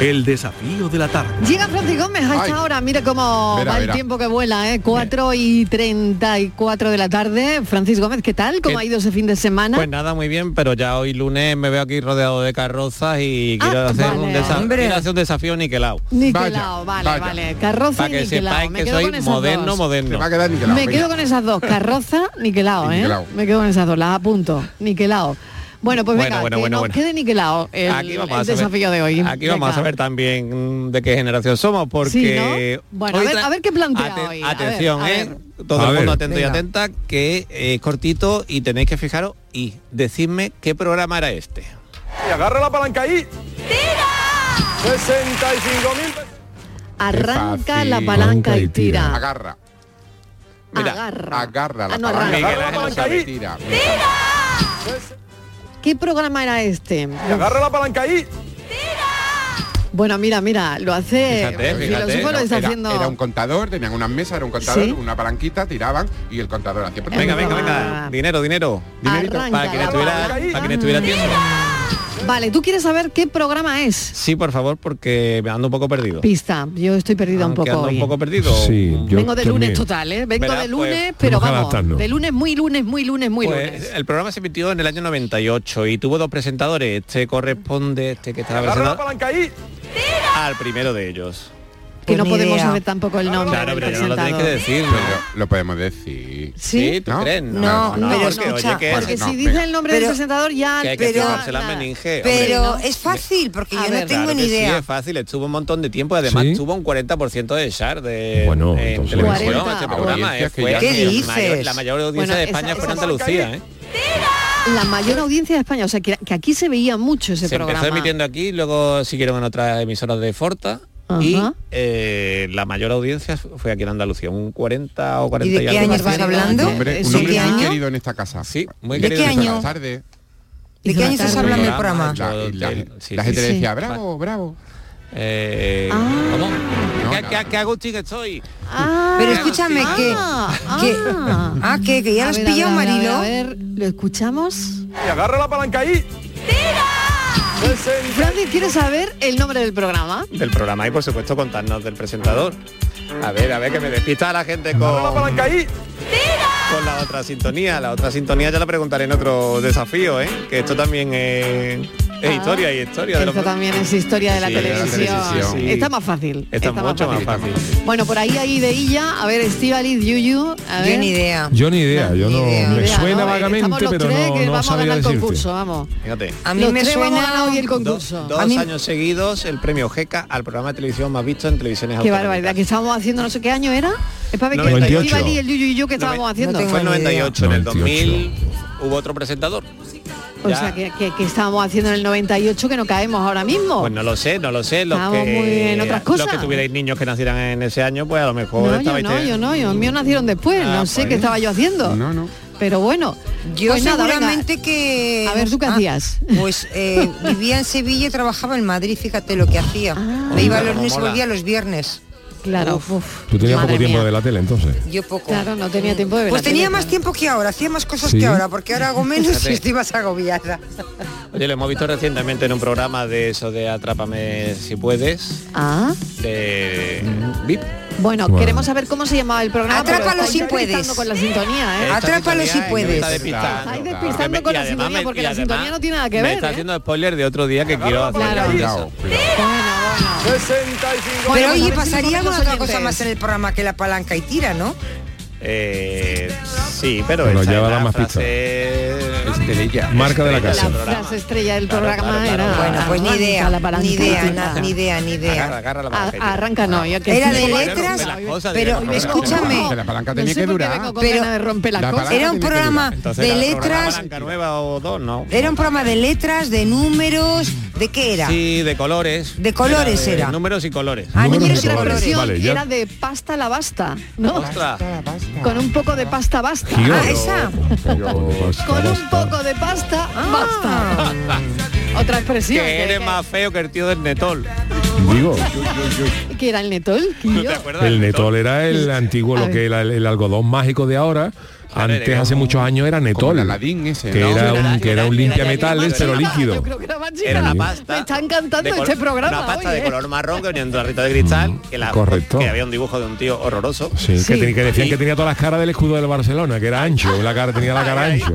Speaker 2: El desafío de la tarde.
Speaker 1: Llega Francis Gómez a esta hora, mira cómo
Speaker 2: Verá,
Speaker 1: va el
Speaker 2: verá.
Speaker 1: tiempo que vuela, ¿eh? 4 y 34 de la tarde. Francis Gómez, ¿qué tal? ¿Cómo
Speaker 4: Eh,
Speaker 16: ¿Qué-
Speaker 1: ha ido ese fin de semana?
Speaker 16: Pues nada, muy bien, pero ya hoy lunes me veo aquí rodeado de carrozas y quiero, hacer, un desa- quiero hacer un desafío niquelado.
Speaker 1: Ah, Niquelao, vale, vale. Carroza
Speaker 16: Para
Speaker 1: y
Speaker 16: que
Speaker 1: Niquelao.
Speaker 16: sepáis
Speaker 1: Me
Speaker 16: que
Speaker 1: quedo
Speaker 16: soy
Speaker 1: con esas
Speaker 16: moderno,
Speaker 1: dos.
Speaker 16: moderno.
Speaker 1: Me quedo con esas dos, carroza, Niquelao,
Speaker 16: Y
Speaker 1: ¿eh?
Speaker 16: Niquelao.
Speaker 1: Me quedo con esas dos, las apunto, Niquelao. Bueno, pues
Speaker 16: Bueno,
Speaker 1: venga,
Speaker 16: bueno,
Speaker 1: que
Speaker 16: bueno,
Speaker 1: nos
Speaker 16: bueno.
Speaker 1: quede Niquelao el,
Speaker 16: Aquí vamos
Speaker 1: el
Speaker 16: a saber-
Speaker 1: desafío de hoy.
Speaker 16: Aquí vamos a saber también mm, de qué generación somos, porque...
Speaker 1: Bueno, a
Speaker 16: hoy
Speaker 1: ver,
Speaker 16: tra-
Speaker 1: a ver qué plantea
Speaker 16: Aten-
Speaker 1: hoy. a ver,
Speaker 16: Atención,
Speaker 1: a
Speaker 16: ¿eh?
Speaker 1: ver.
Speaker 16: Todo
Speaker 5: A
Speaker 16: el
Speaker 5: ver.
Speaker 16: mundo atento
Speaker 5: Venga.
Speaker 16: y atenta, que eh, es cortito y tenéis que fijaros y decidme qué programa era este.
Speaker 17: Y agarra la palanca ahí. ¡Tira! 65 mil
Speaker 1: Arranca la palanca y tira.
Speaker 4: Agarra.
Speaker 1: Agarra.
Speaker 4: Agarra la
Speaker 1: Ah, no,
Speaker 4: palanca.
Speaker 1: arranca.
Speaker 4: Miguel Ángel sabe, tira.
Speaker 1: ¿Qué programa era este?
Speaker 17: Agarra la palanca ahí.
Speaker 1: Bueno, mira, mira, lo hace.
Speaker 4: Fíjate,
Speaker 1: el
Speaker 4: fíjate.
Speaker 1: filósofo Eh, lo
Speaker 4: Era-
Speaker 1: está
Speaker 4: era,
Speaker 1: haciendo.
Speaker 4: era un contador, tenían unas mesas, era un contador,
Speaker 1: Sí.
Speaker 4: una palanquita, tiraban y el contador hacía...
Speaker 16: Venga, venga, venga. Dinero, dinero. Para quien estuviera, para quien estuviera tieso.
Speaker 1: Vale, tú quieres saber qué programa es.
Speaker 16: Sí, por favor, porque me ando un poco perdido.
Speaker 1: Pista, yo estoy perdida un
Speaker 16: Aunque
Speaker 1: poco
Speaker 16: Ah, ando
Speaker 1: hoy. ¿eh?
Speaker 16: un poco perdido.
Speaker 5: Sí,
Speaker 1: Vengo de lunes total, ¿eh? Vengo
Speaker 16: Verá,
Speaker 1: de
Speaker 16: pues,
Speaker 1: lunes,
Speaker 16: tenemos
Speaker 1: pero
Speaker 16: que
Speaker 1: vamos,
Speaker 16: adaptarnos.
Speaker 1: de lunes muy lunes, muy lunes, muy
Speaker 16: Pues,
Speaker 1: lunes.
Speaker 16: el programa se emitió en el año 98 y tuvo dos presentadores. Este corresponde, este que estaba presentado, al primero de ellos.
Speaker 1: Que no
Speaker 16: ni
Speaker 1: podemos
Speaker 16: idea.
Speaker 1: saber tampoco el nombre
Speaker 16: Claro,
Speaker 1: del
Speaker 16: pero ya no lo tenéis que
Speaker 1: presentador.
Speaker 16: decir, ¿no?
Speaker 4: Lo podemos decir.
Speaker 1: ¿Sí?
Speaker 16: ¿tú
Speaker 4: ¿No?
Speaker 16: crees?
Speaker 4: No, pero
Speaker 16: porque,
Speaker 4: escucha,
Speaker 16: oye, que-
Speaker 1: Porque si dice el nombre del
Speaker 7: Pero-
Speaker 1: presentador ya...
Speaker 16: que hay que
Speaker 7: pero-
Speaker 16: fijarse las meninges, hombre.
Speaker 7: Pero es fácil, porque yo no tengo
Speaker 16: Claro
Speaker 7: ni
Speaker 16: que sí,
Speaker 7: idea.
Speaker 16: es fácil, estuvo un montón de tiempo y además tuvo un 40% de share de
Speaker 5: bueno,
Speaker 16: en
Speaker 5: entonces-
Speaker 16: televisión,
Speaker 5: 40.
Speaker 16: este programa. eh,
Speaker 5: Audiencias que
Speaker 16: fue
Speaker 5: ya- ¿Qué
Speaker 16: el mayor-
Speaker 5: dices?
Speaker 16: la mayor audiencia
Speaker 5: Bueno,
Speaker 16: de
Speaker 5: esa-
Speaker 16: España fue en
Speaker 5: esa-
Speaker 16: Andalucía, ¿eh?
Speaker 1: La mayor audiencia de España, o sea, que, que aquí se veía mucho ese
Speaker 16: Se
Speaker 1: programa.
Speaker 16: empezó emitiendo aquí, luego siguieron en otras emisoras de Forta. Y
Speaker 1: Ajá. Ah,
Speaker 16: eh, la mayor audiencia fue aquí en Andalucía, un 40 o 40
Speaker 7: ¿Y de qué
Speaker 16: algo
Speaker 7: años
Speaker 16: por ciento.
Speaker 7: vas hablando?
Speaker 4: Un hombre, un
Speaker 7: ¿De
Speaker 4: hombre
Speaker 7: qué
Speaker 4: muy
Speaker 7: año?
Speaker 4: querido en esta casa.
Speaker 16: Sí, muy
Speaker 4: querido.
Speaker 7: qué año?
Speaker 4: tarde.
Speaker 7: ¿De qué año estás hablando del programa?
Speaker 4: La, y la-
Speaker 16: Sí,
Speaker 4: la
Speaker 16: sí,
Speaker 4: gente le
Speaker 16: sí.
Speaker 4: decía, bravo, bravo.
Speaker 16: Eh, ¿Cómo? ¿Qué, qué, qué agustín que estoy?
Speaker 7: Pero escúchame
Speaker 16: Ah.
Speaker 7: que... que ah, que, que ya
Speaker 1: A
Speaker 7: lo has
Speaker 1: ver, a
Speaker 7: pillado,
Speaker 1: ver, a ver,
Speaker 7: Marilo.
Speaker 1: A ver, ¿lo escuchamos?
Speaker 17: Y agarra la palanca ahí.
Speaker 1: Francis, ¿quieres saber el nombre del programa?
Speaker 16: Del programa y por supuesto contarnos del presentador. A ver, a ver, que me despista a la gente con... Con la otra sintonía, la otra sintonía ya la preguntaré en otro desafío, ¿eh? Que esto también es, es historia y historia de los...
Speaker 1: Esto también es historia de la
Speaker 16: Sí, de la
Speaker 1: televisión.
Speaker 16: televisión. Sí.
Speaker 1: Está más fácil.
Speaker 16: Está, mucho más fácil.
Speaker 1: Bueno, por ahí hay ideilla. A ver, Estivaliz, Yuyu. A ver. ni idea.
Speaker 5: Yo ni idea, yo no...
Speaker 1: idea.
Speaker 5: me
Speaker 1: Ni idea,
Speaker 5: suena
Speaker 1: ¿no?
Speaker 5: vagamente,
Speaker 1: Estamos los
Speaker 5: pero
Speaker 1: tres
Speaker 5: no,
Speaker 1: que
Speaker 5: no
Speaker 1: vamos a
Speaker 5: sabría
Speaker 1: ganar el
Speaker 5: decirte.
Speaker 1: concurso, vamos.
Speaker 16: Fíjate.
Speaker 7: A mí
Speaker 1: Los
Speaker 7: me
Speaker 1: tres vamos a
Speaker 7: suena-
Speaker 1: ganar hoy el
Speaker 16: Dos,
Speaker 1: concurso.
Speaker 16: dos
Speaker 1: A mí-
Speaker 16: años seguidos el premio GECA al programa de televisión más visto en televisiones
Speaker 1: Qué
Speaker 16: autonómicas.
Speaker 1: barbaridad, que estábamos haciendo no sé qué año era. Es para ver que
Speaker 16: 98.
Speaker 1: Estivaliz, el Yuyu y yo que estábamos haciendo.
Speaker 16: Fue en 98, en el 2000 hubo otro presentador.
Speaker 1: O
Speaker 16: Ya.
Speaker 1: sea, que, que- que estábamos haciendo en el 98 que no caemos ahora mismo.
Speaker 16: Pues no lo sé, no lo sé. Los
Speaker 1: Estamos
Speaker 16: que,
Speaker 1: muy en otras cosas.
Speaker 16: Los que tuvierais niños que nacieran en ese año, pues a lo mejor
Speaker 1: No, yo
Speaker 16: estabais...
Speaker 1: no, yo no, yo, los míos nacieron después, no sé qué estaba yo haciendo.
Speaker 16: Ah, pues. No, no.
Speaker 1: Pero bueno,
Speaker 7: Yo
Speaker 1: pues nada, venga.
Speaker 7: seguramente que...
Speaker 1: A ver, ¿tú qué
Speaker 7: Ah,
Speaker 1: hacías?
Speaker 7: Pues eh, vivía en Sevilla y trabajaba en Madrid, fíjate lo que hacía. Me iba los
Speaker 5: Cómo
Speaker 7: lunes y
Speaker 5: mola.
Speaker 7: volvía los viernes.
Speaker 1: Ah. Claro,
Speaker 5: Tú tenías
Speaker 7: Madre
Speaker 5: poco tiempo
Speaker 7: mía.
Speaker 5: de la tele entonces.
Speaker 7: Yo poco.
Speaker 1: Claro, no tenía tiempo de ver
Speaker 7: Pues
Speaker 1: la
Speaker 7: tenía
Speaker 1: tele,
Speaker 7: más tiempo que ahora, hacía más cosas
Speaker 16: Sí.
Speaker 7: que ahora, porque ahora hago menos y
Speaker 16: Fíjate.
Speaker 7: estoy más agobiada.
Speaker 16: Oye, lo hemos visto recientemente en un programa de eso de Atrápame si puedes.
Speaker 1: Ah,
Speaker 16: De VIP.
Speaker 1: bueno, queremos saber cómo se llamaba el programa. pero
Speaker 7: Atrápalo
Speaker 1: estáis
Speaker 7: si puedes.
Speaker 1: despistando con la sintonía, ¿eh?
Speaker 16: Esta sintonía es- me está
Speaker 1: Estáis
Speaker 16: despistando, claro. Porque
Speaker 1: despistando
Speaker 16: me-
Speaker 1: con la
Speaker 16: y además
Speaker 1: sintonía
Speaker 16: me-
Speaker 1: porque
Speaker 16: y
Speaker 1: la
Speaker 16: además
Speaker 1: sintonía no tiene nada que
Speaker 16: Me
Speaker 1: ver. ¿eh?
Speaker 16: está haciendo spoiler de otro día que quiero hacer.
Speaker 1: Claro.
Speaker 16: Cuidado.
Speaker 1: Bueno, pues a
Speaker 7: Pero oye,
Speaker 1: ver si
Speaker 7: pasaría
Speaker 1: nos ponen los
Speaker 7: alguna otra cosa
Speaker 1: oyentes.
Speaker 7: más en el programa que la palanca y tira, ¿no?
Speaker 16: Eh, sí, pero
Speaker 5: Bueno,
Speaker 16: esa
Speaker 5: ya
Speaker 16: es
Speaker 5: va a dar
Speaker 16: la
Speaker 5: más
Speaker 16: frase
Speaker 4: estrella.
Speaker 5: Marca de la
Speaker 4: Estrella
Speaker 5: casa.
Speaker 4: del programa.
Speaker 1: Las estrellas del programa era...
Speaker 7: Bueno, pues ni
Speaker 1: Arranca
Speaker 7: idea,
Speaker 1: la palanca.
Speaker 7: ni idea, na- ni idea, ni idea.
Speaker 4: Agarra, agarra la
Speaker 1: A-
Speaker 4: palanca.
Speaker 1: arranca no, yo que
Speaker 7: Era
Speaker 1: sí.
Speaker 7: de letras, pero escúchame.
Speaker 4: La palanca
Speaker 1: No
Speaker 4: tenía
Speaker 1: sé
Speaker 4: que
Speaker 1: por qué
Speaker 4: durar.
Speaker 1: vengo con
Speaker 7: Pero
Speaker 1: ganas de romper las
Speaker 4: la
Speaker 1: cosas.
Speaker 7: era un programa de letras,
Speaker 16: Palanca nueva o dos, ¿no?
Speaker 7: era un programa de letras, de números, ¿de qué era?
Speaker 16: Sí, de colores.
Speaker 7: De colores
Speaker 16: de
Speaker 7: era.
Speaker 16: Números y colores.
Speaker 1: Ah, no quiero
Speaker 16: y
Speaker 1: otra versión,
Speaker 16: Vale, ya.
Speaker 1: era de pasta la basta, ¿no?
Speaker 16: Ostras.
Speaker 1: Con un poco de pasta basta.
Speaker 16: Giro.
Speaker 1: Ah, esa. Con un poco de pasta basta. Otra expresión.
Speaker 16: Que eres más feo que el tío del Netol.
Speaker 5: Digo.
Speaker 1: ¿Qué era el netol? Quillo?
Speaker 5: El netol era el antiguo,
Speaker 1: A
Speaker 5: lo
Speaker 1: ver.
Speaker 5: que era el, el algodón mágico de ahora. Antes, hace muchos años, era netol. que,
Speaker 4: ¿no?
Speaker 5: era
Speaker 4: Era-
Speaker 5: un, que era un limpiametales, pero líquido.
Speaker 16: Era una
Speaker 1: Me
Speaker 16: pasta.
Speaker 1: está encantando
Speaker 16: de col-
Speaker 1: este
Speaker 16: Una
Speaker 1: programa.
Speaker 16: pasta
Speaker 1: oye.
Speaker 16: de color marrón que venía en tarrita de cristal. Que la,
Speaker 5: Mm, correcto.
Speaker 16: Que había un dibujo de un tío horroroso.
Speaker 5: Sí, Que, te- que decían
Speaker 16: Y-
Speaker 5: que tenía todas las caras del escudo del Barcelona, que era ancho, la cara, tenía la cara ancha.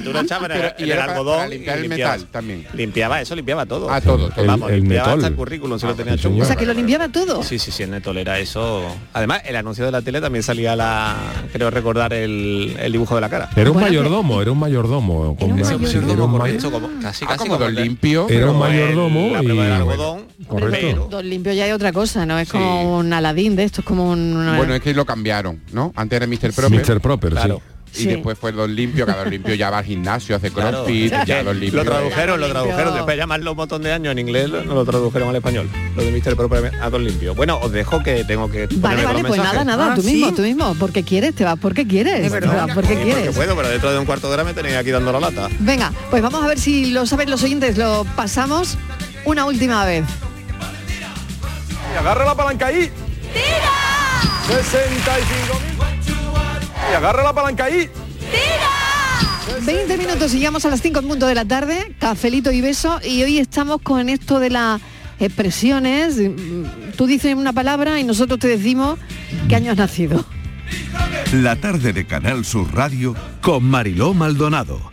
Speaker 16: Y tú lo echabas en el,
Speaker 4: Pero- y
Speaker 16: en el
Speaker 4: era para-
Speaker 16: algodón
Speaker 4: para limpiar
Speaker 16: y
Speaker 4: el
Speaker 16: limpiabas.
Speaker 4: metal también.
Speaker 16: Limpiaba eso, limpiaba todo.
Speaker 4: Ah, todo, todo.
Speaker 16: Vamos,
Speaker 4: El- el
Speaker 16: limpiaba hasta
Speaker 4: Netol.
Speaker 16: el currículum,
Speaker 5: Ah,
Speaker 16: si lo tenía chungo.
Speaker 1: O sea, que lo limpiaba todo.
Speaker 16: Sí, sí, sí, en Netol era eso. Además, el anuncio de la tele también salía la... Creo recordar el, el dibujo de la cara.
Speaker 5: Era un mayordomo, era un mayordomo. con-
Speaker 16: Ese- ese
Speaker 5: sí, era
Speaker 16: mayordomo,
Speaker 5: un
Speaker 16: correcto, como- casi,
Speaker 4: Ah,
Speaker 16: casi como el-
Speaker 5: Era un
Speaker 16: como el-
Speaker 5: mayordomo
Speaker 16: eh, la
Speaker 5: y...
Speaker 16: prueba del algodón,
Speaker 5: Correcto.
Speaker 1: Don limpio ya hay otra cosa, ¿no? Es como un aladín de esto, es como un...
Speaker 4: Bueno, es que lo cambiaron, ¿no? Antes era Mr. Proper.
Speaker 5: Mr. Proper, sí. Claro.
Speaker 4: Y
Speaker 1: Sí.
Speaker 4: después fue Don Limpio, cada Don Limpio ya va al gimnasio, hace
Speaker 16: Claro.
Speaker 4: crossfit, ya Don Limpio.
Speaker 16: lo tradujeron, lo
Speaker 4: es-
Speaker 16: tradujeron. Después de llamarlo un montón de años en inglés, lo- no lo tradujeron al español. Lo de Mr. Proper a Don Limpio. Bueno, os dejo que tengo que...
Speaker 1: Vale, vale, pues nada,
Speaker 16: Ah,
Speaker 1: nada, tú mismo, tú mismo, porque quieres, te vas porque quieres, te vas porque
Speaker 16: Que
Speaker 1: quieres.
Speaker 16: puedo, pero dentro de un cuarto de hora me tenéis aquí dando la lata.
Speaker 1: Venga, pues vamos a ver si lo saben los oyentes, lo pasamos una última vez.
Speaker 17: Y agarra la palanca ahí. ¡Tira! 65 Y agarra la palanca ahí.
Speaker 1: 20 minutos y llegamos a las 5 en punto de la tarde, cafelito y beso, y hoy estamos con esto de las expresiones. Mm, Tú dices una palabra y nosotros te decimos qué año has nacido.
Speaker 2: La tarde de Canal Sur Radio con Mariló Maldonado.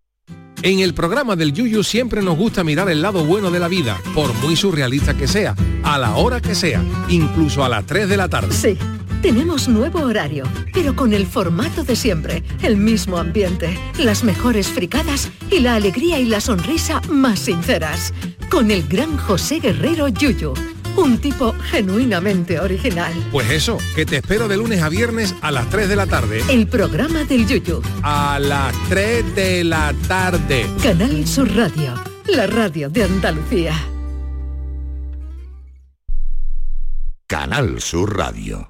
Speaker 5: En el programa del Yuyu siempre nos gusta mirar el lado bueno de la vida, por muy surrealista que sea, a la hora que sea, incluso a las 3 de la tarde.
Speaker 18: Sí, tenemos nuevo horario, pero con el formato de siempre, el mismo ambiente, las mejores fricadas y la alegría y la sonrisa más sinceras. Con el gran José Guerrero Yuyu, un tipo genuinamente original.
Speaker 5: Pues eso, que te espero de lunes a viernes a las 3 de la tarde.
Speaker 18: El programa del Yuyu,
Speaker 5: A las 3 de la tarde.
Speaker 18: Canal Sur Radio, la radio de Andalucía.
Speaker 19: Canal Sur Radio.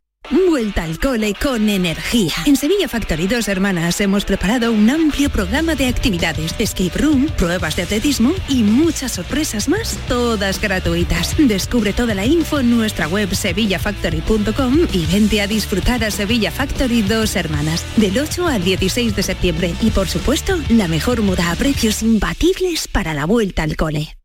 Speaker 20: Vuelta al cole con energía. En Sevilla Factory Dos Hermanas hemos preparado un amplio programa de actividades, escape room, pruebas de atletismo y muchas sorpresas más, todas gratuitas. Descubre toda la info en nuestra web sevillafactory.com y vente a disfrutar a Sevilla Factory Dos Hermanas del 8 al 16 de septiembre. Y por supuesto, la mejor moda a precios imbatibles para la vuelta al cole.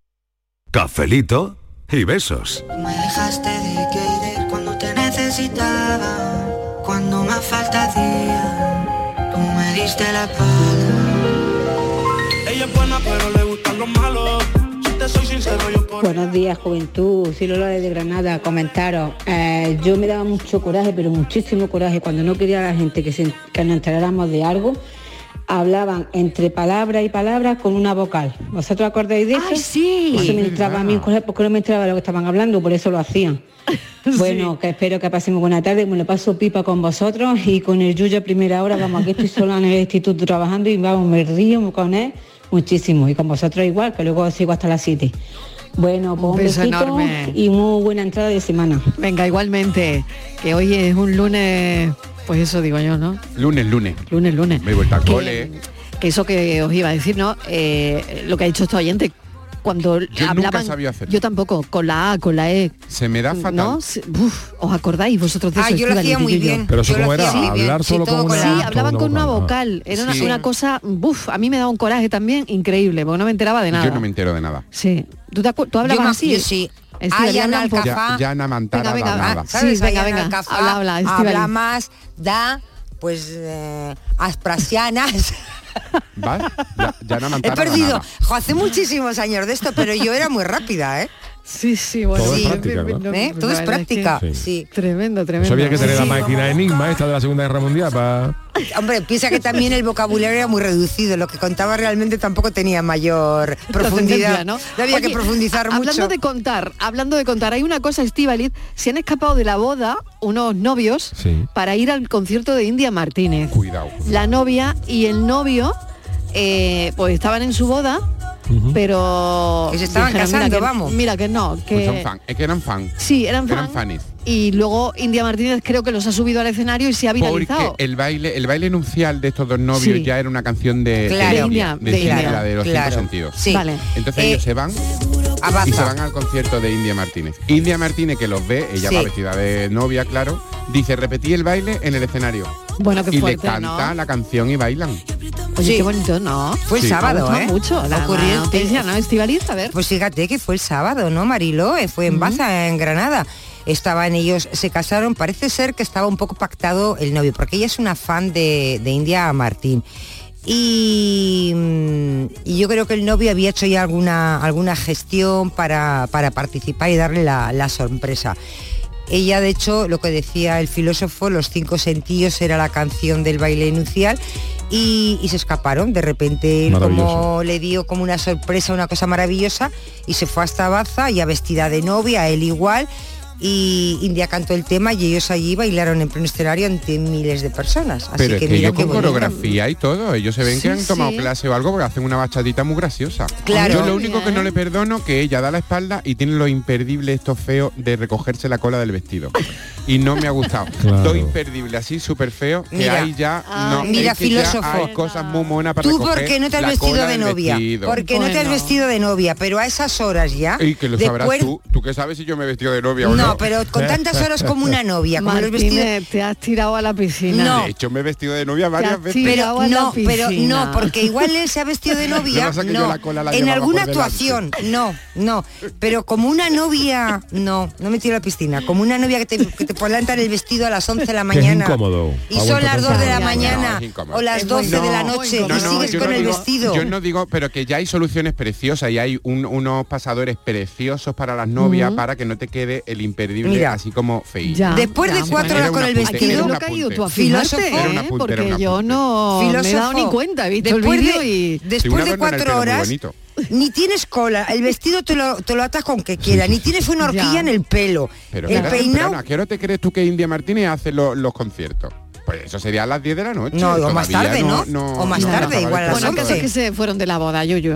Speaker 19: Cafelito y besos.
Speaker 6: Me dejaste de querer cuando te necesitaba, cuando más falta hacía, tú me diste la espalda.
Speaker 8: Ella es buena pero le gustan los malos. Si te soy sincero yo por
Speaker 21: Buenos días, juventud. Silvia López de Granada, comentaros. Eh, yo me daba mucho coraje, pero muchísimo coraje, cuando no quería a la gente que, se, que nos enteráramos de algo. Hablaban entre palabra y palabra con una vocal. ¿Vosotros acordáis de eso?
Speaker 1: ¡Ay, sí!
Speaker 21: Eso me entraba a mí en coraje porque no me entraba lo que estaban hablando, por eso lo hacían. Bueno, que espero que pasemos buena tarde, me lo paso pipa con vosotros y con el Yuyo a primera hora, vamos, aquí estoy sola en el instituto trabajando y vamos, me río con él muchísimo y con vosotros igual, que luego sigo hasta las 7. Bueno, pues un,
Speaker 1: beso
Speaker 21: besito
Speaker 1: enorme.
Speaker 21: y muy buena entrada de semana.
Speaker 1: Venga, igualmente, que hoy es un lunes, pues eso digo yo, ¿no?
Speaker 4: Lunes, lunes.
Speaker 1: Lunes, lunes.
Speaker 4: Me he vuelto al
Speaker 1: Que-
Speaker 4: cole.
Speaker 1: Que eso que os iba a decir, ¿no? Eh, lo que ha dicho este oyente, cuando
Speaker 4: Yo nunca
Speaker 1: hablaban...
Speaker 4: sabía hacerlo.
Speaker 1: Yo tampoco, con la A, con la E.
Speaker 4: Se me da fatal.
Speaker 1: ¿No? Se- uf, ¿Os acordáis vosotros de
Speaker 7: Ah,
Speaker 1: eso?
Speaker 7: yo lo
Speaker 1: Estíbaliz
Speaker 7: hacía muy
Speaker 1: y yo?
Speaker 7: bien. Ah. Pero eso Yo lo cómo era, hacía muy bien. hablar Sí, solo todo con con una- la-
Speaker 1: Sí, hablaban
Speaker 7: con
Speaker 1: con
Speaker 7: una
Speaker 1: una
Speaker 7: vocal.
Speaker 1: vocal. Era una,
Speaker 4: Sí.
Speaker 1: una cosa... Buf, a mí me daba un coraje también increíble, porque no me enteraba de nada.
Speaker 4: Yo no me entero de nada.
Speaker 1: Sí. ¿Tú, te acu- tú hablabas
Speaker 7: me-
Speaker 1: así?
Speaker 7: yo sí.
Speaker 1: Estíbaliz,
Speaker 7: Ay,
Speaker 1: habla
Speaker 7: Ana
Speaker 1: un poco.
Speaker 7: Alcafá.
Speaker 4: Ya, Ana Mantara
Speaker 1: Venga, venga,
Speaker 4: da
Speaker 1: va.
Speaker 4: nada.
Speaker 7: ah, ¿Sabes?
Speaker 1: Sí, venga,
Speaker 7: Ahí en
Speaker 1: venga.
Speaker 7: Alcafá
Speaker 1: Habla, habla, Estíbaliz.
Speaker 7: habla más, da, pues, eh, asprasianas.
Speaker 4: ¿Vale? Ya, ya Ana
Speaker 7: He
Speaker 4: Mantara da
Speaker 7: perdido,
Speaker 4: nada.
Speaker 7: jo, hace muchísimos años de esto, pero yo era muy rápida, ¿eh?
Speaker 1: Sí, sí, bueno.
Speaker 5: Todo es práctica, ¿no?
Speaker 7: ¿Eh? Todo es
Speaker 1: La verdad que-
Speaker 7: práctica, sí.
Speaker 1: Tremendo, tremendo.
Speaker 5: Eso había que tener la
Speaker 7: Sí.
Speaker 5: máquina Enigma, esta de la Segunda Guerra Mundial, para...
Speaker 7: Hombre, piensa que también el vocabulario era muy reducido, lo que contaba realmente tampoco tenía mayor profundidad,
Speaker 1: trascendencia, ¿no?
Speaker 7: había que
Speaker 1: Oye,
Speaker 7: profundizar
Speaker 1: hablando
Speaker 7: mucho.
Speaker 1: de contar, hablando de contar, hay una cosa, Estíbaliz, se han escapado de la boda unos novios para ir al concierto de India Martínez.
Speaker 4: Cuidado.
Speaker 1: La novia y el novio eh, pues estaban en su boda, pero
Speaker 7: Que se estaban
Speaker 1: mira
Speaker 7: casando,
Speaker 1: que-
Speaker 7: vamos".
Speaker 1: Mira que no, que
Speaker 4: Pues son fan. Es que eran fan.
Speaker 1: Sí, eran fan.
Speaker 4: Eran fanes.
Speaker 1: y luego India Martínez creo que los ha subido al escenario y se ha
Speaker 4: Porque
Speaker 1: viralizado.
Speaker 4: el baile, el baile nupcial de estos dos novios
Speaker 1: Sí.
Speaker 4: ya era una canción de,
Speaker 1: Claro.
Speaker 4: de,
Speaker 1: India,
Speaker 4: de,
Speaker 1: de
Speaker 4: Silvia,
Speaker 1: India.
Speaker 4: la de los
Speaker 1: Claro.
Speaker 4: cinco sentidos.
Speaker 1: Sí. Vale.
Speaker 4: Entonces
Speaker 1: Eh,
Speaker 4: ellos se van y se
Speaker 7: avanza.
Speaker 4: van al concierto de India Martínez. India Martínez que los ve, ella
Speaker 7: Sí.
Speaker 4: va vestida de novia, claro, dice repetí el baile en el escenario.
Speaker 1: Bueno, qué
Speaker 4: y
Speaker 1: fuerte,
Speaker 4: le canta
Speaker 1: ¿no?
Speaker 4: la canción y bailan.
Speaker 1: Oye, qué bonito, ¿no?
Speaker 7: Fue el
Speaker 4: Sí.
Speaker 1: Me ha
Speaker 7: sábado,
Speaker 1: gustado
Speaker 7: ¿eh?
Speaker 1: mucho la- la
Speaker 7: Ocurrió-
Speaker 1: noticia, ¿no? Estivaliz, a ver.
Speaker 7: Pues fíjate que fue el sábado, ¿no, Mariló? Eh, Fue en Baza, en Granada. Estaban ellos, se casaron, parece ser que estaba un poco pactado el novio, porque ella es una fan de, de India Martín. Y, mm, y yo creo que el novio había hecho ya alguna, alguna gestión para, para participar y darle la, la sorpresa. Ella, de hecho, lo que decía el filósofo, los cinco sentidos era la canción del baile nupcial y, y se escaparon. De repente, él como
Speaker 9: Maravilloso.
Speaker 7: le dio como una sorpresa, una cosa maravillosa, y se fue hasta Baza, ya vestida de novia, él igual. Y India cantó el tema y ellos allí bailaron en pleno escenario ante miles de personas. Así
Speaker 4: Pero
Speaker 7: que
Speaker 4: es que
Speaker 7: mira
Speaker 4: ellos
Speaker 7: qué
Speaker 4: con
Speaker 7: bonito.
Speaker 4: coreografía y todo, ellos se ven
Speaker 7: Sí,
Speaker 4: que han tomado
Speaker 7: sí.
Speaker 4: clase o algo porque hacen una bachadita muy graciosa.
Speaker 7: Claro.
Speaker 4: Yo
Speaker 7: Muy
Speaker 4: lo único que no le perdono que ella da la espalda y tiene lo imperdible esto feo de recogerse la cola del vestido. Y no me ha gustado.
Speaker 5: Claro.
Speaker 4: Lo imperdible, así súper feo, que
Speaker 7: Mira.
Speaker 4: ahí ya no.
Speaker 7: Ay, mira,
Speaker 4: es que ya
Speaker 7: filósofo.
Speaker 4: Hay cosas muy monas para
Speaker 7: Tú
Speaker 4: recoger
Speaker 7: porque no te has
Speaker 4: la
Speaker 7: vestido
Speaker 4: cola
Speaker 7: de
Speaker 4: del
Speaker 7: novia.
Speaker 4: vestido.
Speaker 7: Porque no te has vestido de novia, pero a esas horas ya.
Speaker 4: Y que lo
Speaker 7: de
Speaker 4: sabrás
Speaker 7: cuer-
Speaker 4: tú. ¿Tú qué sabes si yo me he vestido de novia o no?
Speaker 7: No, pero con tantas horas como una novia, como los
Speaker 1: Martínez,
Speaker 7: vestidos.
Speaker 1: te has tirado a la piscina.
Speaker 4: De hecho, me he vestido de novia varias veces.
Speaker 7: Pero no, pero no, porque igual él se ha vestido de
Speaker 4: Lo que
Speaker 7: novia.
Speaker 4: pasa es que yo
Speaker 7: no.
Speaker 4: la cola la
Speaker 7: en
Speaker 4: llevaba
Speaker 7: alguna
Speaker 4: por delante.
Speaker 7: actuación, no, no. Pero como una novia, no, no me tiro a la piscina. Como una novia que te, que te plantan el vestido a las 11 de la
Speaker 5: Que es
Speaker 7: mañana.
Speaker 5: incómodo.
Speaker 7: Y
Speaker 5: Ha
Speaker 7: son
Speaker 5: vuelto
Speaker 7: las 2 de la
Speaker 5: cansado.
Speaker 7: mañana
Speaker 4: No, es incómodo.
Speaker 7: o las 12 de la noche
Speaker 4: No,
Speaker 7: y
Speaker 4: no,
Speaker 7: sigues
Speaker 4: yo
Speaker 7: con
Speaker 4: no
Speaker 7: el
Speaker 4: digo-
Speaker 7: vestido.
Speaker 4: Yo no digo, pero que ya hay soluciones preciosas y hay un- unos pasadores preciosos para las
Speaker 7: Mm.
Speaker 4: novias
Speaker 1: Ujú.
Speaker 4: para que no te quede el imperdible
Speaker 1: Mira.
Speaker 4: así como feo.
Speaker 1: Ya, Después de ya. cuatro
Speaker 4: Era
Speaker 1: horas
Speaker 4: un
Speaker 1: con el
Speaker 4: apunte,
Speaker 1: vestido.
Speaker 4: era un
Speaker 1: Lo que ha ido
Speaker 4: apunte.
Speaker 1: tú a fijarte, Filósofo.
Speaker 4: Era un
Speaker 1: ¿eh?
Speaker 4: apunte,
Speaker 1: Porque
Speaker 4: era un
Speaker 1: yo
Speaker 4: apunte.
Speaker 1: no me he
Speaker 7: Filósofo.
Speaker 1: dado ni cuenta, he visto el
Speaker 7: Después de-
Speaker 1: vídeo y-
Speaker 4: Sí,
Speaker 7: Después
Speaker 4: una
Speaker 7: de
Speaker 4: vez me lo
Speaker 7: cuatro
Speaker 4: hicieron muy
Speaker 7: horas,
Speaker 4: bonito.
Speaker 7: ni tienes cola, el vestido te lo, te lo atas con que quiera, ni tienes una horquilla en el pelo,
Speaker 4: Pero
Speaker 7: el
Speaker 4: espera,
Speaker 7: peinado...
Speaker 4: Ana, ¿a qué hora te crees tú que India Martínez hace lo- los conciertos? Pues eso sería a las 10 de la noche.
Speaker 7: No, o más
Speaker 4: Todavía
Speaker 7: tarde, ¿no? O más tarde,
Speaker 4: acaba el
Speaker 7: igual a las
Speaker 1: Bueno,
Speaker 4: concierto.
Speaker 1: el caso es que se fueron de la boda, yo, yo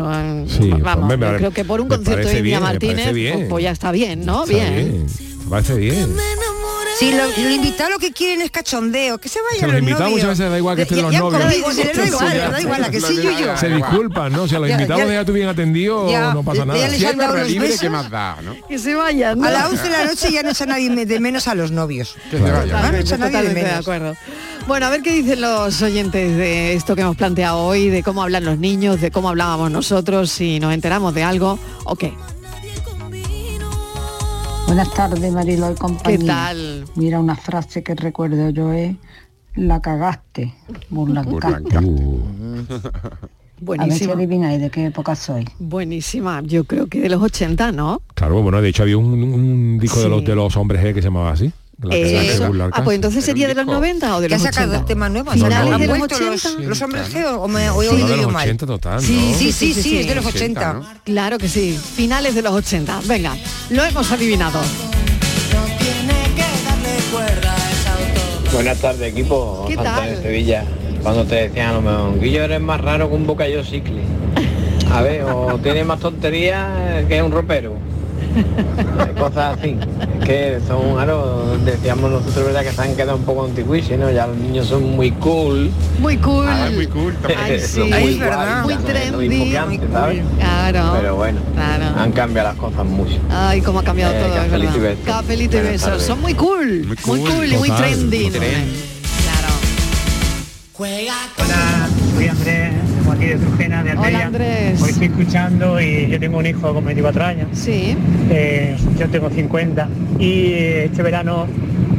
Speaker 5: Sí,
Speaker 1: vamos,
Speaker 5: hombre, me-
Speaker 1: yo creo que por un
Speaker 5: me
Speaker 1: concierto de
Speaker 5: parece
Speaker 1: India
Speaker 5: bien, me
Speaker 1: Martínez,
Speaker 5: parece
Speaker 1: pues,
Speaker 5: bien.
Speaker 1: pues ya está bien, ¿no?
Speaker 5: Está
Speaker 1: bien.
Speaker 5: Me parece bien.
Speaker 7: Si lo- los invitados lo que quieren es cachondeo, que se
Speaker 5: Se
Speaker 7: vayan
Speaker 5: los
Speaker 7: los
Speaker 5: invitados
Speaker 7: novios.
Speaker 5: muchas veces da igual que
Speaker 7: Ya-
Speaker 5: estén los
Speaker 7: ya han
Speaker 5: novios.
Speaker 7: comido, se les da igual, les da igual, ¿a que sí, Yuyu?
Speaker 5: Se disculpan, ¿no? Si a los
Speaker 7: Ya,
Speaker 5: invitados
Speaker 7: ya-
Speaker 5: deja tú bien atendido,
Speaker 7: Ya,
Speaker 5: no pasa
Speaker 7: ya
Speaker 5: nada.
Speaker 7: les han Siempre dado los libre, besos. ¿qué
Speaker 5: más da, ¿no?
Speaker 1: Que se vayan.
Speaker 7: A las 11 de la noche ya no echa nadie me- de menos a los novios. Ya Ah, no echa nadie de
Speaker 1: Totalmente de
Speaker 7: menos.
Speaker 1: acuerdo. Bueno, a ver qué dicen los oyentes de esto que hemos planteado hoy, de cómo hablan los niños, de cómo hablábamos nosotros, si nos enteramos de algo o qué.
Speaker 21: Buenas tardes, Marilo y compañía.
Speaker 1: ¿Qué tal?
Speaker 21: Mira, una frase que recuerdo yo es la cagaste, burlancaste. A ver si
Speaker 1: Buenísima.
Speaker 21: adivináis de qué época soy.
Speaker 1: Buenísima, yo creo que de los 80, ¿no?
Speaker 5: Claro, bueno, de hecho había un, un disco de, los, de los hombres G que se llamaba así. La que- la que
Speaker 1: Eso.
Speaker 5: burlar
Speaker 1: Ah, pues entonces sería de los
Speaker 5: disco.
Speaker 1: 90 o de
Speaker 7: ¿Que
Speaker 1: los
Speaker 7: ha sacado
Speaker 1: 80.
Speaker 7: temas nuevos?
Speaker 1: No,
Speaker 7: ¿Han
Speaker 1: no. ¿De los
Speaker 7: vuelto los,
Speaker 1: 80?
Speaker 7: los hombres G o me o he
Speaker 5: Sí,
Speaker 7: oído
Speaker 5: de los
Speaker 7: yo mal?
Speaker 5: 80 total,
Speaker 7: sí,
Speaker 5: ¿no?
Speaker 7: sí, sí, sí, es de los 80.
Speaker 1: Claro que sí, finales de los 80. Venga, lo hemos adivinado.
Speaker 16: Buenas tardes, equipo.
Speaker 1: ¿Qué
Speaker 16: Santa
Speaker 1: tal?
Speaker 16: de Sevilla. Cuando te decían a lo mejor, Guillo eres más raro que un bocayó cicle. A ver, o tienes más tontería que un ropero. Eh, Cosas así. Es que son, claro, decíamos nosotros, ¿verdad? Que se han quedado un poco antiguísimos, ¿no? Ya los niños son muy cool.
Speaker 1: Muy cool.
Speaker 16: muy cool
Speaker 1: también. Ay, sí. Ay, es verdad. Muy trendy, muy cool.
Speaker 16: ¿sabes?
Speaker 1: Claro.
Speaker 16: Pero bueno,
Speaker 1: Claro.
Speaker 16: han cambiado las cosas mucho.
Speaker 1: Ay, cómo ha cambiado
Speaker 16: Eh,
Speaker 1: todo, es
Speaker 16: cafelito y
Speaker 1: verdad.
Speaker 16: besos.
Speaker 1: Capelito y
Speaker 16: Buenas
Speaker 1: besos.
Speaker 16: tardes.
Speaker 1: Son muy cool, muy cool, y muy
Speaker 16: total.
Speaker 1: trendy.
Speaker 16: Muy trendy.
Speaker 22: Hola, soy Andrés, de aquí de Trujena, de Andrea.
Speaker 1: Hola, Andrés.
Speaker 22: Hoy estoy escuchando y yo tengo un hijo con 24 años. Eh,
Speaker 1: Sí.
Speaker 22: yo tengo 50 y eh, este verano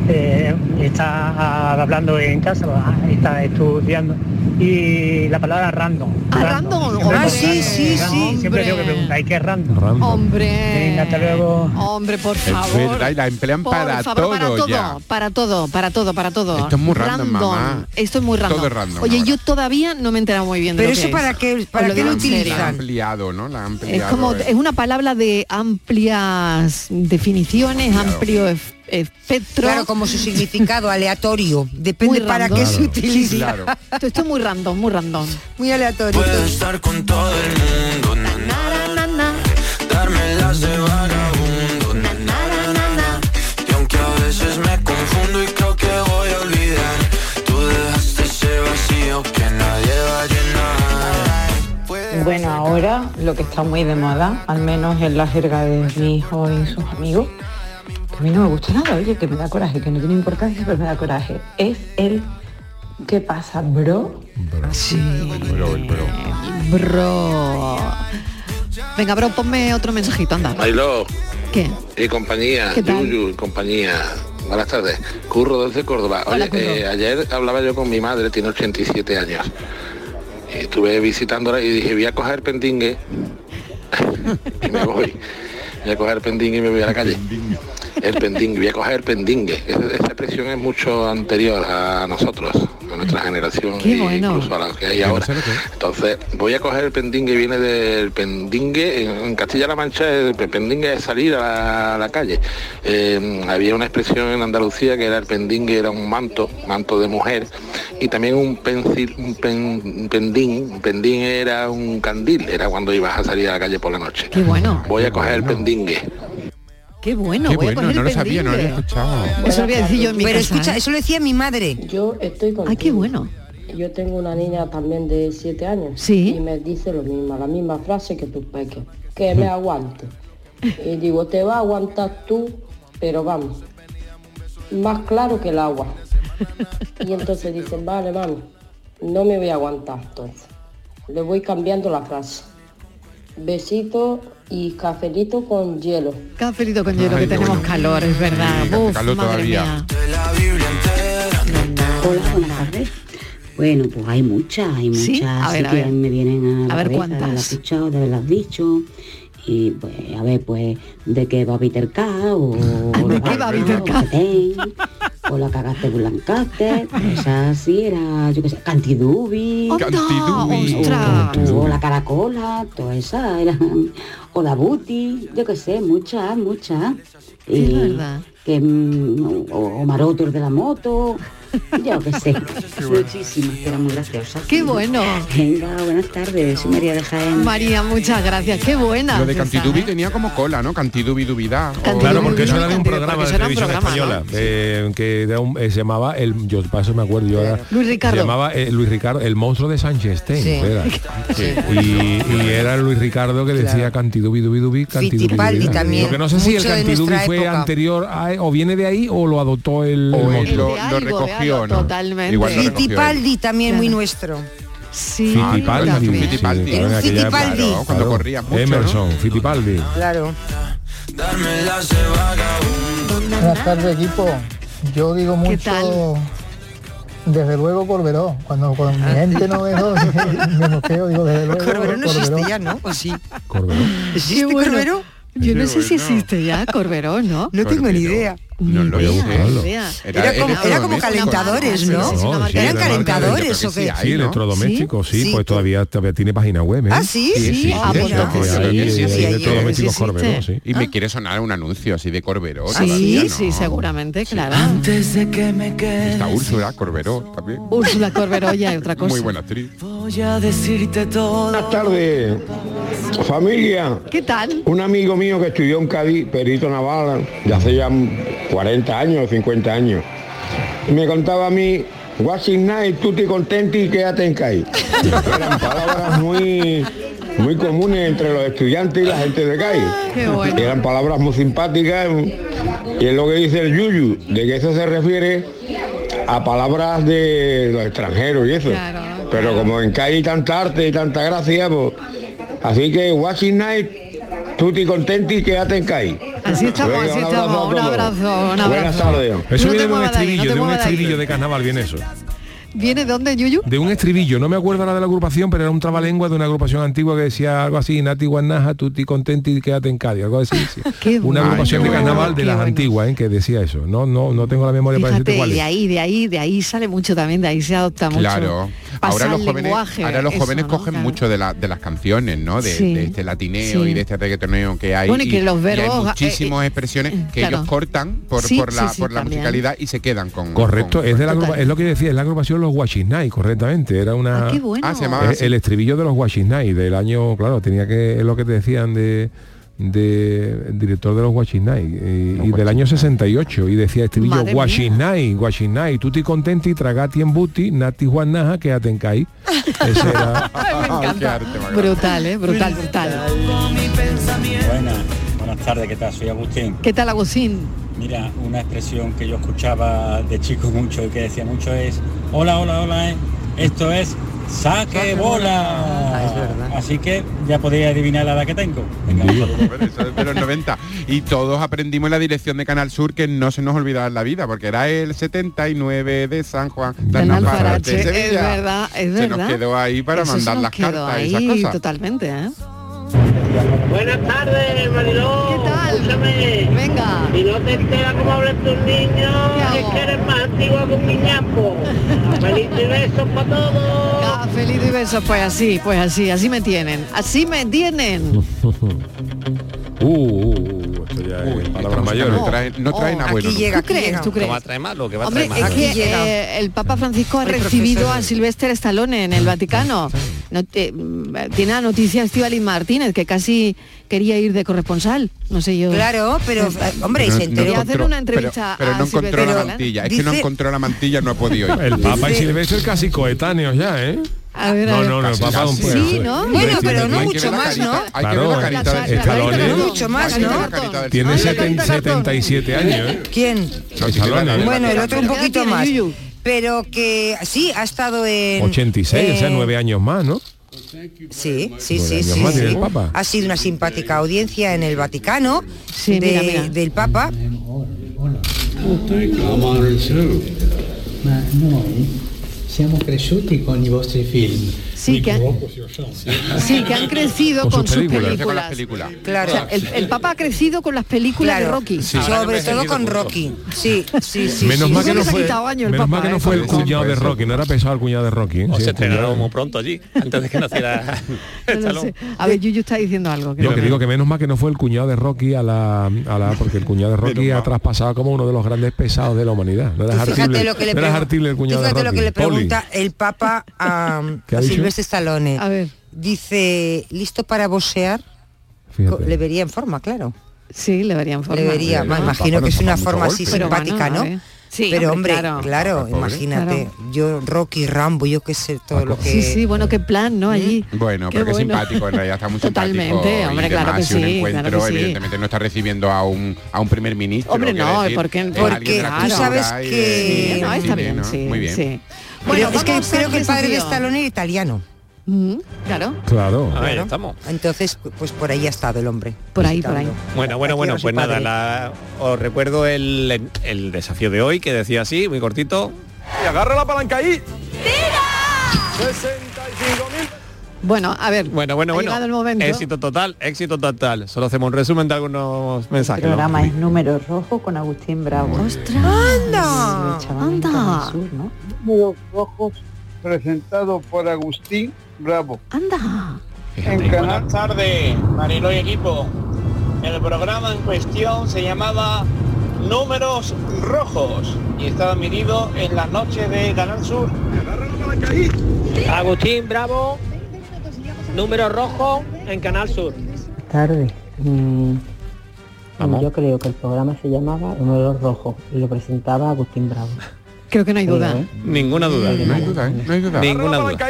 Speaker 22: eh, está ah, hablando en casa, ah, está estudiando y la palabra random.
Speaker 1: random.
Speaker 22: Siempre
Speaker 1: Ah,
Speaker 22: con
Speaker 1: sí,
Speaker 22: random,
Speaker 1: sí,
Speaker 22: random.
Speaker 1: sí,
Speaker 22: Siempre tengo que
Speaker 1: hombre.
Speaker 22: preguntar, ¿y qué es random?
Speaker 1: Hombre.
Speaker 22: Venga, hasta luego.
Speaker 1: Hombre, por
Speaker 22: Es
Speaker 1: favor.
Speaker 22: verdad, y la emplean
Speaker 1: Por
Speaker 22: para
Speaker 1: favor, para
Speaker 22: todo
Speaker 1: todo,
Speaker 22: ya.
Speaker 1: para todo, para todo, para todo.
Speaker 22: Esto es muy random, mamá.
Speaker 1: Esto es muy
Speaker 22: Todo
Speaker 1: random.
Speaker 22: es random
Speaker 1: Oye, yo todavía no me he enterado muy bien de
Speaker 22: Pero
Speaker 1: lo
Speaker 22: eso
Speaker 1: que
Speaker 22: para
Speaker 1: es.
Speaker 22: qué-
Speaker 1: Os
Speaker 22: para
Speaker 1: lo
Speaker 22: qué
Speaker 1: digo
Speaker 22: lo
Speaker 1: en serio.
Speaker 22: utilizan?
Speaker 4: ampliado, ¿no? La ha
Speaker 1: Es
Speaker 4: ampliado.
Speaker 1: como
Speaker 4: eh.
Speaker 1: es una palabra de amplias definiciones, amplio es- espectro.
Speaker 7: Claro, como su significado aleatorio. Depende
Speaker 1: Muy
Speaker 7: para
Speaker 1: random.
Speaker 7: qué se
Speaker 1: Claro.
Speaker 7: utiliza.
Speaker 1: Claro. Esto, esto es muy random, muy random.
Speaker 7: Muy aleatorio.
Speaker 3: Puedo estar con todo el mundo, na, na, na, na. darme las de vagabundo, na, na, na, na, na. y aunque a veces me confundo y creo que voy a olvidar, tú dejaste ese vacío que nadie va a llenar.
Speaker 12: Bueno, ahora lo que está muy de moda, al menos en la jerga de mi hijo y sus amigos, que a mí no me gusta nada, oye, que me da coraje, que no tiene importancia, pero me da coraje, es el ¿qué pasa, bro?
Speaker 1: Sí.
Speaker 4: Pero, pero-
Speaker 1: Bro. Venga, bro, ponme otro mensajito, anda.
Speaker 23: Mariló
Speaker 1: ¿Qué?
Speaker 23: y compañía,
Speaker 1: ¿Qué tal?
Speaker 23: Yuyu y compañía. Buenas tardes. Curro desde Córdoba.
Speaker 1: Hola,
Speaker 23: Oye,
Speaker 1: Curro.
Speaker 23: eh, ayer hablaba yo con mi madre, tiene 87 años. Y Estuve visitándola y dije, voy a coger pendingue y me voy. Voy a coger pendingue y me voy a la calle. El pendingue, voy a coger pendingue. Es- Esa expresión es mucho anterior a nosotros, a nuestra generación
Speaker 1: Qué
Speaker 23: y
Speaker 1: bueno.
Speaker 23: incluso a la que hay
Speaker 4: Yo no
Speaker 23: ahora.
Speaker 4: sé lo que es.
Speaker 23: Entonces, voy a coger el pendingue, viene del pendingue, en, en Castilla-La Mancha el pe- pendingue es salir a la, a la calle. Eh, había una expresión en Andalucía que era el pendingue, era un manto, manto de mujer, y también un, pencil, un, pen- un pendín, un pendín era un candil, era cuando ibas a salir a la calle por la noche.
Speaker 1: Qué bueno.
Speaker 23: Voy a coger el pendingue.
Speaker 1: Qué bueno,
Speaker 23: Qué
Speaker 1: voy a
Speaker 23: bueno,
Speaker 1: coger
Speaker 23: no
Speaker 1: el
Speaker 23: lo sabía, no lo había
Speaker 1: pendingue.
Speaker 23: escuchado.
Speaker 1: Eso lo voy a decir yo en mi
Speaker 7: Pero
Speaker 1: casa,
Speaker 7: escucha,
Speaker 1: ¿eh?
Speaker 7: eso lo decía mi madre.
Speaker 12: Yo estoy con
Speaker 1: Ay, qué bueno.
Speaker 12: Yo tengo una niña también de 7 años
Speaker 1: Sí.
Speaker 12: y me dice lo mismo, la misma frase que tú, peque, que
Speaker 1: Mm.
Speaker 12: me aguante. Y digo, te va a aguantar tú, pero vamos, más claro que el agua. Y entonces dicen, vale, mami, no me voy a aguantar entonces. Le voy cambiando la frase. Besito y cafelito con hielo.
Speaker 1: Cafelito con hielo, que tenemos calor, es verdad. Uf,
Speaker 12: calor
Speaker 1: madre
Speaker 12: todavía.
Speaker 1: mía.
Speaker 24: Hola, buenas tardes. Bueno, pues hay muchas, hay muchas
Speaker 1: Sí, a ver,
Speaker 24: así
Speaker 1: a
Speaker 24: que
Speaker 1: ver.
Speaker 24: me vienen a, la
Speaker 1: A ver
Speaker 24: cabeza de haberlas
Speaker 1: cuántas.
Speaker 24: escuchado, de haberlas dicho. Y pues, a ver, pues, de qué va Peter K o ¿De qué va Peter O la cagaste burlancaste, esa sí era, yo qué sé, Cantidubi.
Speaker 25: Anda, Cantidubi. ostras.
Speaker 24: O, o la caracola, todas esas eran. o la buti, yo qué sé, muchas, muchas.
Speaker 1: Sí, es verdad.
Speaker 24: Que, mm, o, o marotos de la moto, yo qué sé. Muchísimas, que eran muy graciosas.
Speaker 1: Qué bueno.
Speaker 24: Venga, buenas tardes, Eh, soy María de Jaén.
Speaker 1: María, muchas gracias, qué buena.
Speaker 4: Lo de Cantidubi tenía como cola, ¿no? Cantidubi dubidá. o-
Speaker 19: Claro, porque eso era de un
Speaker 1: Cantidubi,
Speaker 19: programa
Speaker 1: porque eso
Speaker 19: de
Speaker 1: era un
Speaker 19: televisión
Speaker 1: programa,
Speaker 19: española
Speaker 1: ¿no?
Speaker 5: Eh, que era un- eh, se llamaba el yo para eso me acuerdo yo ahora
Speaker 1: Luis Ricardo.
Speaker 5: se llamaba eh, Luis Ricardo el monstruo de Sánchez Ten,
Speaker 1: Sí.
Speaker 5: era.
Speaker 1: Sí.
Speaker 5: y, y era Luis Ricardo que decía cantidubi dubi dubi cantidubi
Speaker 7: Fittipaldi también,
Speaker 5: lo que no sé si el
Speaker 7: mucho de
Speaker 5: cantidubi
Speaker 7: nuestra
Speaker 5: fue
Speaker 7: época.
Speaker 5: anterior a- o viene de ahí o lo adoptó el, el
Speaker 4: él lo- lo El
Speaker 5: monstruo.
Speaker 4: de algo, de recogió, algo, ¿no?
Speaker 1: Totalmente.
Speaker 4: Igual lo recogió él.
Speaker 7: Fittipaldi también muy nuestro.
Speaker 1: Sí.
Speaker 5: Fittipaldi,
Speaker 4: Ah,
Speaker 5: sí,
Speaker 4: Fittipaldi.
Speaker 5: sí, en aquella época,
Speaker 7: Fittipaldi.
Speaker 5: claro,
Speaker 4: Cuando corría mucho,
Speaker 5: Emerson Fittipaldi
Speaker 7: Claro.
Speaker 26: Buenas tardes, equipo. Yo digo mucho, desde luego Corberó. Cuando con mi gente no veo, me mosqueo, digo desde luego
Speaker 7: Corberó no existe ya, ¿no? ¿O sí?
Speaker 1: Qué
Speaker 7: ¿Existe
Speaker 1: bueno.
Speaker 7: Corberó?
Speaker 1: Yo no sé si existe ya Corberó, ¿no?
Speaker 7: No tengo ni idea.
Speaker 4: No lo
Speaker 1: Ni
Speaker 4: sé.
Speaker 1: idea, ni idea.
Speaker 7: Era como- era como
Speaker 4: electrodoméstico,
Speaker 7: calentadores,
Speaker 4: ¿no?
Speaker 7: ¿no?
Speaker 5: No, sí,
Speaker 7: ¿Eran
Speaker 5: la marca de-
Speaker 7: calentadores o
Speaker 5: Sí,
Speaker 7: qué?
Speaker 5: hay electrodomésticos, sí, pues todavía, todavía tiene página web. ¿eh?
Speaker 7: Ah, sí, sí, sí, ah, pues
Speaker 5: creo
Speaker 7: no,
Speaker 5: que
Speaker 7: sí,
Speaker 5: hay- hay
Speaker 7: sí, sí,
Speaker 5: electrodomésticos
Speaker 1: sí, sí,
Speaker 5: Corberó,
Speaker 1: sí.
Speaker 5: sí.
Speaker 4: Y me quiere sonar un anuncio así de Corberó.
Speaker 1: Sí,
Speaker 4: todavía, ¿no?
Speaker 1: sí, seguramente, claro.
Speaker 26: Antes de que me quede.
Speaker 4: Está Úrsula Corberó también.
Speaker 1: Úrsula Corberó ya hay otra cosa.
Speaker 4: Muy buena actriz.
Speaker 26: Voy a decirte todo.
Speaker 2: Buenas tardes, familia.
Speaker 1: ¿Qué tal?
Speaker 2: Un amigo mío que estudió en Cádiz, perito naval, de hace ya 40 años, 50 años, me contaba a mí, washing night, tú te contenti y quédate en Cádiz. Eran palabras muy, muy comunes entre los estudiantes y la gente de Cádiz.
Speaker 1: Ah, Qué bueno.
Speaker 2: Eran palabras muy simpáticas y es lo que dice el Yuyu, de que eso se refiere a palabras de los extranjeros y eso. Pero como en Cádiz hay tanta arte y tanta gracia, pues, así que watching night, tutti contenti, quédate en Cádiz.
Speaker 1: Así estamos,
Speaker 2: Venga,
Speaker 1: así
Speaker 2: un abrazo
Speaker 1: estamos.
Speaker 2: a
Speaker 1: Un
Speaker 2: todos.
Speaker 1: abrazo, un
Speaker 2: Buenas
Speaker 1: abrazo.
Speaker 2: tardes.
Speaker 5: Eso
Speaker 1: No te
Speaker 5: viene de un
Speaker 1: muevas de ahí, no
Speaker 5: estribillo,
Speaker 1: te
Speaker 5: de un
Speaker 1: muevas de ahí.
Speaker 5: estribillo de carnaval, viene eso.
Speaker 1: ¿Viene dónde, Yuyu?
Speaker 5: De un estribillo, no me acuerdo la de la agrupación, pero era un trabalengua de una agrupación antigua que decía algo así, Nati Guanaja, tutti contenti y quédate en Cádiz, algo así. sí.
Speaker 1: Qué
Speaker 5: Una
Speaker 1: bueno.
Speaker 5: agrupación
Speaker 1: Ay,
Speaker 5: de
Speaker 1: qué
Speaker 5: carnaval
Speaker 1: bueno,
Speaker 5: de
Speaker 1: qué
Speaker 5: las
Speaker 1: bueno.
Speaker 5: antiguas, ¿eh? que decía eso. No, no, no tengo la memoria para decirte
Speaker 1: Fíjate,
Speaker 5: cuál es.
Speaker 1: de ahí, de ahí, de ahí sale mucho también, de ahí se adopta mucho.
Speaker 4: Claro.
Speaker 1: Pasar
Speaker 4: Ahora los
Speaker 1: el
Speaker 4: jóvenes,
Speaker 1: lenguaje,
Speaker 4: ahora los
Speaker 1: eso,
Speaker 4: jóvenes
Speaker 1: ¿no?
Speaker 4: cogen
Speaker 1: Claro.
Speaker 4: mucho de, la- de las canciones, ¿no? De,
Speaker 1: Sí.
Speaker 4: de este latineo
Speaker 1: Sí.
Speaker 4: y de este reggaetoneo que hay.
Speaker 1: Bueno, y que los
Speaker 4: hay
Speaker 1: verbos, eh,
Speaker 4: muchísimas expresiones que
Speaker 1: claro.
Speaker 4: ellos cortan por,
Speaker 1: Sí,
Speaker 4: por la,
Speaker 1: sí, sí,
Speaker 4: por la
Speaker 1: también.
Speaker 4: musicalidad y se quedan con.
Speaker 5: Correcto,
Speaker 4: con-
Speaker 5: es de la
Speaker 4: Total.
Speaker 5: agrupa- es lo que decía, es la agrupación Los Guachinay, correctamente. Era una Eh,
Speaker 4: Ah, qué bueno. Ah, se llamaba
Speaker 5: el,
Speaker 4: así.
Speaker 5: el estribillo de los Guachinay del año, claro, tenía que es lo que te decían de de el director de los Guachinay eh, y, del año 68 y decía estribillo
Speaker 1: Madre mía.
Speaker 5: Guachinay, Guachinay, tú te contenti, tragati en buti, nati juanaja, quédate en caí. Ese era
Speaker 1: Brutal, ¿eh? Brutal, brutal.
Speaker 13: Buenas, buenas tardes, ¿qué tal? Soy Agustín.
Speaker 1: ¿Qué tal, Agustín?
Speaker 13: Mira, una expresión que yo escuchaba de chico mucho y que decía mucho es, hola, hola, hola, eh, esto es saque bola. Así que ya podéis adivinar la edad que tengo.
Speaker 4: Bueno, eso es de los 90. Y todos aprendimos en la dirección de Canal Sur que no se nos olvidaba en la vida, porque era el 79 de San Juan. de
Speaker 1: Tan
Speaker 4: Alfarache,
Speaker 1: alfarache, es
Speaker 4: Sevilla.
Speaker 1: verdad, es
Speaker 4: Se
Speaker 1: verdad.
Speaker 4: nos quedó ahí para
Speaker 1: Eso se
Speaker 4: mandar
Speaker 1: nos
Speaker 4: las
Speaker 1: quedó
Speaker 4: cartas y
Speaker 1: ahí
Speaker 4: esas cosas.
Speaker 1: totalmente, ¿eh?
Speaker 14: Buenas tardes, Mariló.
Speaker 1: ¿Qué tal?
Speaker 14: Escúchame.
Speaker 1: Venga.
Speaker 14: Y no te enteras cómo hablan tus niños. Es que eres más antigua que un guiñapo. Felices besos para todos.
Speaker 1: Ah, feliz y besos, pues así, pues así, así me tienen, así me tienen.
Speaker 5: Uh, uh, uh, esto ya es palabras mayores.
Speaker 4: no trae- no trae nada bueno
Speaker 1: nunca. ¿Tú crees? ¿Tú crees?
Speaker 15: No va a traer malo, que va a
Speaker 1: Hombre,
Speaker 15: traer malo.
Speaker 1: es que eh, el Papa Francisco ha recibido a Sylvester Stallone en el Vaticano. No te- mm, tiene la noticia Estivali Martínez, que casi quería ir de corresponsal, no sé yo.
Speaker 7: Claro, pero, eh, hombre, y se enteró.
Speaker 1: Quería hacer una entrevista
Speaker 4: Pero
Speaker 1: a
Speaker 4: no encontró
Speaker 1: Sylvester
Speaker 4: la
Speaker 1: Stallone.
Speaker 4: mantilla. Es que no
Speaker 1: Dice-
Speaker 4: encontró la mantilla, no ha podido ir.
Speaker 5: El Papa y
Speaker 4: Dice-
Speaker 5: Silvestre casi coetáneos ya, ¿eh?
Speaker 1: A ver, a
Speaker 5: No,
Speaker 1: ver.
Speaker 5: no, no, el
Speaker 4: Casi,
Speaker 5: Papa de un
Speaker 4: casi.
Speaker 5: pueblo.
Speaker 4: Sí,
Speaker 1: ¿no?
Speaker 5: Sí,
Speaker 1: Bueno,
Speaker 5: sí,
Speaker 1: pero no
Speaker 5: sí.
Speaker 1: mucho
Speaker 5: Hay que ver la
Speaker 1: más, ¿no?
Speaker 5: carita,
Speaker 4: Hay que ver la carita
Speaker 5: Claro,
Speaker 4: del
Speaker 5: Stallone
Speaker 4: Stallone.
Speaker 7: Mucho más,
Speaker 4: Hay que ver la
Speaker 7: ¿no?
Speaker 4: carita del
Speaker 5: Tiene
Speaker 4: Stallone.
Speaker 5: 70 77 años, ¿eh?
Speaker 7: ¿Quién?
Speaker 5: Stallone.
Speaker 7: Bueno, el otro un poquito más.
Speaker 1: Yuyu?
Speaker 7: Pero que sí, ha estado en... eh,
Speaker 5: 86, o sea,
Speaker 7: en-
Speaker 5: nueve años más, ¿no?
Speaker 7: Sí, sí,
Speaker 5: Nueve
Speaker 7: sí,
Speaker 5: años
Speaker 7: sí,
Speaker 5: más tiene
Speaker 7: sí.
Speaker 5: el Papa.
Speaker 7: Ha sido una simpática audiencia en el Vaticano
Speaker 1: Sí,
Speaker 7: de-
Speaker 1: mira, mira.
Speaker 7: del Papa.
Speaker 16: Ma noi siamo cresciuti con i vostri film.
Speaker 1: Sí, que han, sí, que han crecido con, sus películas.
Speaker 7: Claro.
Speaker 1: O sea, el, el papá ha crecido con las películas de
Speaker 7: Claro.
Speaker 1: Rocky.
Speaker 7: Sí. Ahora Sobre que me he todo seguido con mucho. Rocky. Sí, sí, sí,
Speaker 5: menos
Speaker 7: sí.
Speaker 5: mal que
Speaker 7: Eso que
Speaker 5: no
Speaker 7: se ha
Speaker 5: fue,
Speaker 7: quitado año el
Speaker 5: menos
Speaker 7: papá,
Speaker 5: mal que no
Speaker 7: ¿eh?
Speaker 5: fue el
Speaker 7: Puede ser,
Speaker 5: cuñado de
Speaker 7: puede ser.
Speaker 5: Rocky, no era pesado el cuñado de Rocky.
Speaker 16: O se
Speaker 5: sí, el cuñado-
Speaker 16: estrenaron muy pronto allí, antes de que naciera el
Speaker 1: No lo
Speaker 16: salón.
Speaker 1: sé. A ver, Yuyu está diciendo algo. que
Speaker 5: Yo
Speaker 1: no-
Speaker 5: que digo que menos mal que no fue el cuñado de Rocky a la, a la porque el cuñado de Rocky ha traspasado como uno de los grandes pesados de la humanidad. No
Speaker 7: Tú
Speaker 5: era
Speaker 7: fíjate lo que le,
Speaker 5: hartible, no era
Speaker 7: pregun-
Speaker 5: hartible el
Speaker 7: tú
Speaker 5: cuñado de
Speaker 7: fíjate
Speaker 5: Rocky.
Speaker 7: lo que le
Speaker 5: Poli.
Speaker 7: pregunta el Papa a,
Speaker 5: ¿Qué ha
Speaker 7: a
Speaker 5: dicho?
Speaker 7: Silvestre Stallone. Dice, ¿listo para bosear?
Speaker 5: Co-
Speaker 7: Le vería en forma, claro.
Speaker 1: Sí, le vería en forma.
Speaker 7: Le vería, me
Speaker 1: Pero-
Speaker 7: imagino que es una forma así
Speaker 1: Pero bueno,
Speaker 7: simpática,
Speaker 1: a
Speaker 7: ¿no?
Speaker 1: ver. Sí,
Speaker 7: Pero hombre, claro,
Speaker 1: Pobre.
Speaker 7: imagínate.
Speaker 1: Claro.
Speaker 7: Yo, Rocky, Rambo, yo qué sé,
Speaker 5: Ah,
Speaker 7: todo lo que...
Speaker 1: Sí, sí, bueno, qué plan, ¿no? Allí.
Speaker 4: Bueno,
Speaker 1: Qué
Speaker 4: pero que
Speaker 1: bueno.
Speaker 4: simpático, en realidad está muy
Speaker 1: Totalmente,
Speaker 4: simpático. y
Speaker 1: hombre, claro
Speaker 4: demás,
Speaker 1: que
Speaker 4: y un
Speaker 1: sí, claro
Speaker 4: encuentro,
Speaker 1: que sí.
Speaker 4: evidentemente no está recibiendo a un, a un primer ministro.
Speaker 1: Hombre,
Speaker 4: quiero
Speaker 1: no,
Speaker 4: decir,
Speaker 1: porque-
Speaker 4: es
Speaker 1: porque
Speaker 4: alguien de la
Speaker 1: tú
Speaker 4: cultura
Speaker 1: sabes
Speaker 4: y de-
Speaker 1: que-
Speaker 4: sí,
Speaker 1: no, está
Speaker 4: sí,
Speaker 1: bien,
Speaker 4: ¿no?
Speaker 1: sí,
Speaker 4: muy bien.
Speaker 1: sí.
Speaker 7: Bueno,
Speaker 1: Bueno,
Speaker 7: es que
Speaker 1: vamos
Speaker 7: creo
Speaker 1: al
Speaker 7: que el padre de
Speaker 1: desafío.
Speaker 7: Stallone era italiano.
Speaker 1: Mm, Claro.
Speaker 5: Claro.
Speaker 16: Ahí estamos.
Speaker 7: Entonces, pues por ahí ha estado el hombre.
Speaker 1: Por ahí, por ahí.
Speaker 16: Bueno, bueno, bueno, pues nada, la- os recuerdo el, el desafío de hoy que decía así, muy cortito.
Speaker 3: Y agarra la palanca ahí.
Speaker 1: Bueno, a ver.
Speaker 16: Bueno, bueno,
Speaker 1: ha
Speaker 16: bueno.
Speaker 1: llegado el momento.
Speaker 16: Éxito total, éxito total. Solo hacemos un resumen de algunos mensajes. ¿no?
Speaker 27: programa es Número Rojo con Agustín Bravo. ¡Ostras! ¡Anda! ¡Anda!
Speaker 15: Números rojos presentado por Agustín Bravo.
Speaker 1: ¡Anda!
Speaker 15: En Canal
Speaker 28: Buenas tardes, Marilo y equipo. El programa en cuestión se llamaba Números Rojos y estaba medido en las noches de Canal Sur.
Speaker 29: Agustín Bravo, número rojo en Canal Sur.
Speaker 27: Tarde. Mm, Yo creo que el programa se llamaba Número Rojo y lo presentaba Agustín Bravo. ¿eh?
Speaker 1: Creo que no hay duda.
Speaker 16: Ninguna duda.
Speaker 27: No hay duda,
Speaker 16: No hay duda. Ninguna duda.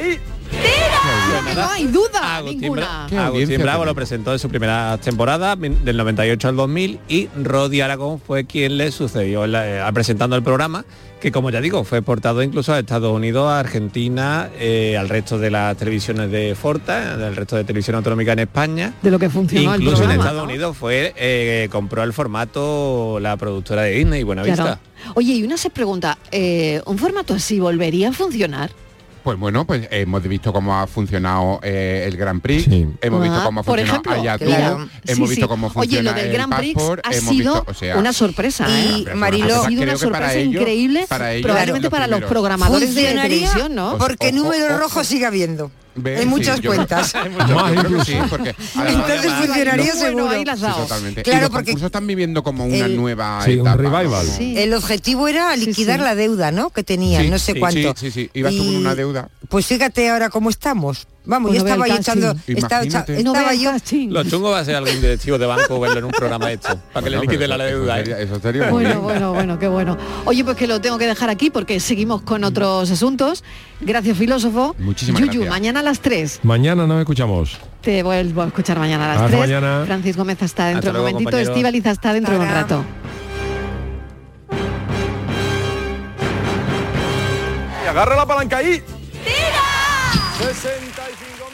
Speaker 1: No hay duda ninguna.
Speaker 16: Agustín Bravo lo presentó en su primera temporada min- del 98 al 2000 y Rodi Aragón fue quien le sucedió en la- eh, presentando el programa que como ya digo fue exportado incluso a Estados Unidos, a Argentina, eh, al resto de las televisiones de Forta, al resto de televisión autonómica en España.
Speaker 1: De lo que funcionó el
Speaker 16: Incluso en
Speaker 1: programa.
Speaker 16: Estados
Speaker 1: ¿no?
Speaker 16: Unidos fue eh, compró el formato la productora de Disney y Buena
Speaker 1: Claro.
Speaker 16: Vista.
Speaker 1: Oye, y una se pregunta, eh, ¿un formato así volvería a funcionar?
Speaker 4: Pues bueno, pues hemos visto cómo ha funcionado eh, el Gran Prix, hemos visto
Speaker 1: Ah,
Speaker 4: cómo ha
Speaker 1: por
Speaker 4: funcionado
Speaker 1: ejemplo,
Speaker 4: Allá
Speaker 1: claro. Sí,
Speaker 4: hemos
Speaker 1: sí.
Speaker 4: visto cómo
Speaker 1: Oye,
Speaker 4: funciona
Speaker 1: lo del
Speaker 4: el
Speaker 1: Gran Prix
Speaker 4: passport,
Speaker 1: ha
Speaker 4: hemos
Speaker 1: sido
Speaker 4: visto, o sea,
Speaker 1: una sorpresa, ¿eh?
Speaker 4: una sorpresa,
Speaker 1: Marilo,
Speaker 4: creo
Speaker 1: ha sido
Speaker 4: que
Speaker 1: una
Speaker 4: para
Speaker 1: sorpresa
Speaker 4: ellos-
Speaker 1: increíble,
Speaker 4: para ellos
Speaker 1: probablemente
Speaker 4: los
Speaker 1: para los
Speaker 4: primeros.
Speaker 1: programadores de
Speaker 7: Funcionaría
Speaker 1: televisión, ¿no?
Speaker 7: Porque número rojo sigue habiendo.
Speaker 4: Pues, Ve,
Speaker 7: en
Speaker 4: sí,
Speaker 7: muchas
Speaker 4: yo creo-
Speaker 7: cuentas.
Speaker 4: en muchas, yo
Speaker 5: Más
Speaker 4: creo que sí,
Speaker 5: incluso.
Speaker 4: porque
Speaker 7: Entonces funcionaría
Speaker 4: los-
Speaker 7: seguro.
Speaker 4: Sí, totalmente.
Speaker 7: Claro,
Speaker 4: y los
Speaker 7: porque
Speaker 4: concursos están viviendo como una
Speaker 7: el-
Speaker 4: nueva
Speaker 5: Sí, un
Speaker 4: etapa.
Speaker 5: revival.
Speaker 7: El objetivo era liquidar la deuda, ¿no? Que tenía,
Speaker 4: Sí,
Speaker 7: no sé
Speaker 4: sí,
Speaker 7: cuánto.
Speaker 4: sí, sí, sí. Ibas tú con una deuda.
Speaker 7: Pues fíjate ahora cómo estamos. Vamos,
Speaker 16: Pues
Speaker 7: yo
Speaker 16: no veo
Speaker 7: estaba
Speaker 16: el
Speaker 7: ahí
Speaker 16: casting.
Speaker 7: echando, estaba,
Speaker 16: Imagínate.
Speaker 7: echa-
Speaker 16: No
Speaker 7: estaba yo
Speaker 16: Lo chungo va a ser algún directivo de banco verlo en un programa de esto, para que le liquide la deuda. ¿eh?
Speaker 1: Bueno, bueno, bueno, qué bueno. Oye, pues que lo tengo que dejar aquí porque seguimos con otros asuntos. Gracias, filósofo.
Speaker 5: Mm. Muchísimas
Speaker 1: Yuyu,
Speaker 5: gracias.
Speaker 1: mañana a las 3.
Speaker 5: Mañana nos escuchamos.
Speaker 1: Te vuelvo a escuchar mañana a las
Speaker 5: Hasta
Speaker 1: 3.
Speaker 5: mañana.
Speaker 1: Francis Gómez hasta dentro
Speaker 5: Hasta
Speaker 1: de un
Speaker 5: luego,
Speaker 1: momentito.
Speaker 5: compañeros.
Speaker 1: Estivaliza hasta dentro de un rato.
Speaker 3: Y agarra la palanca ahí.
Speaker 15: 65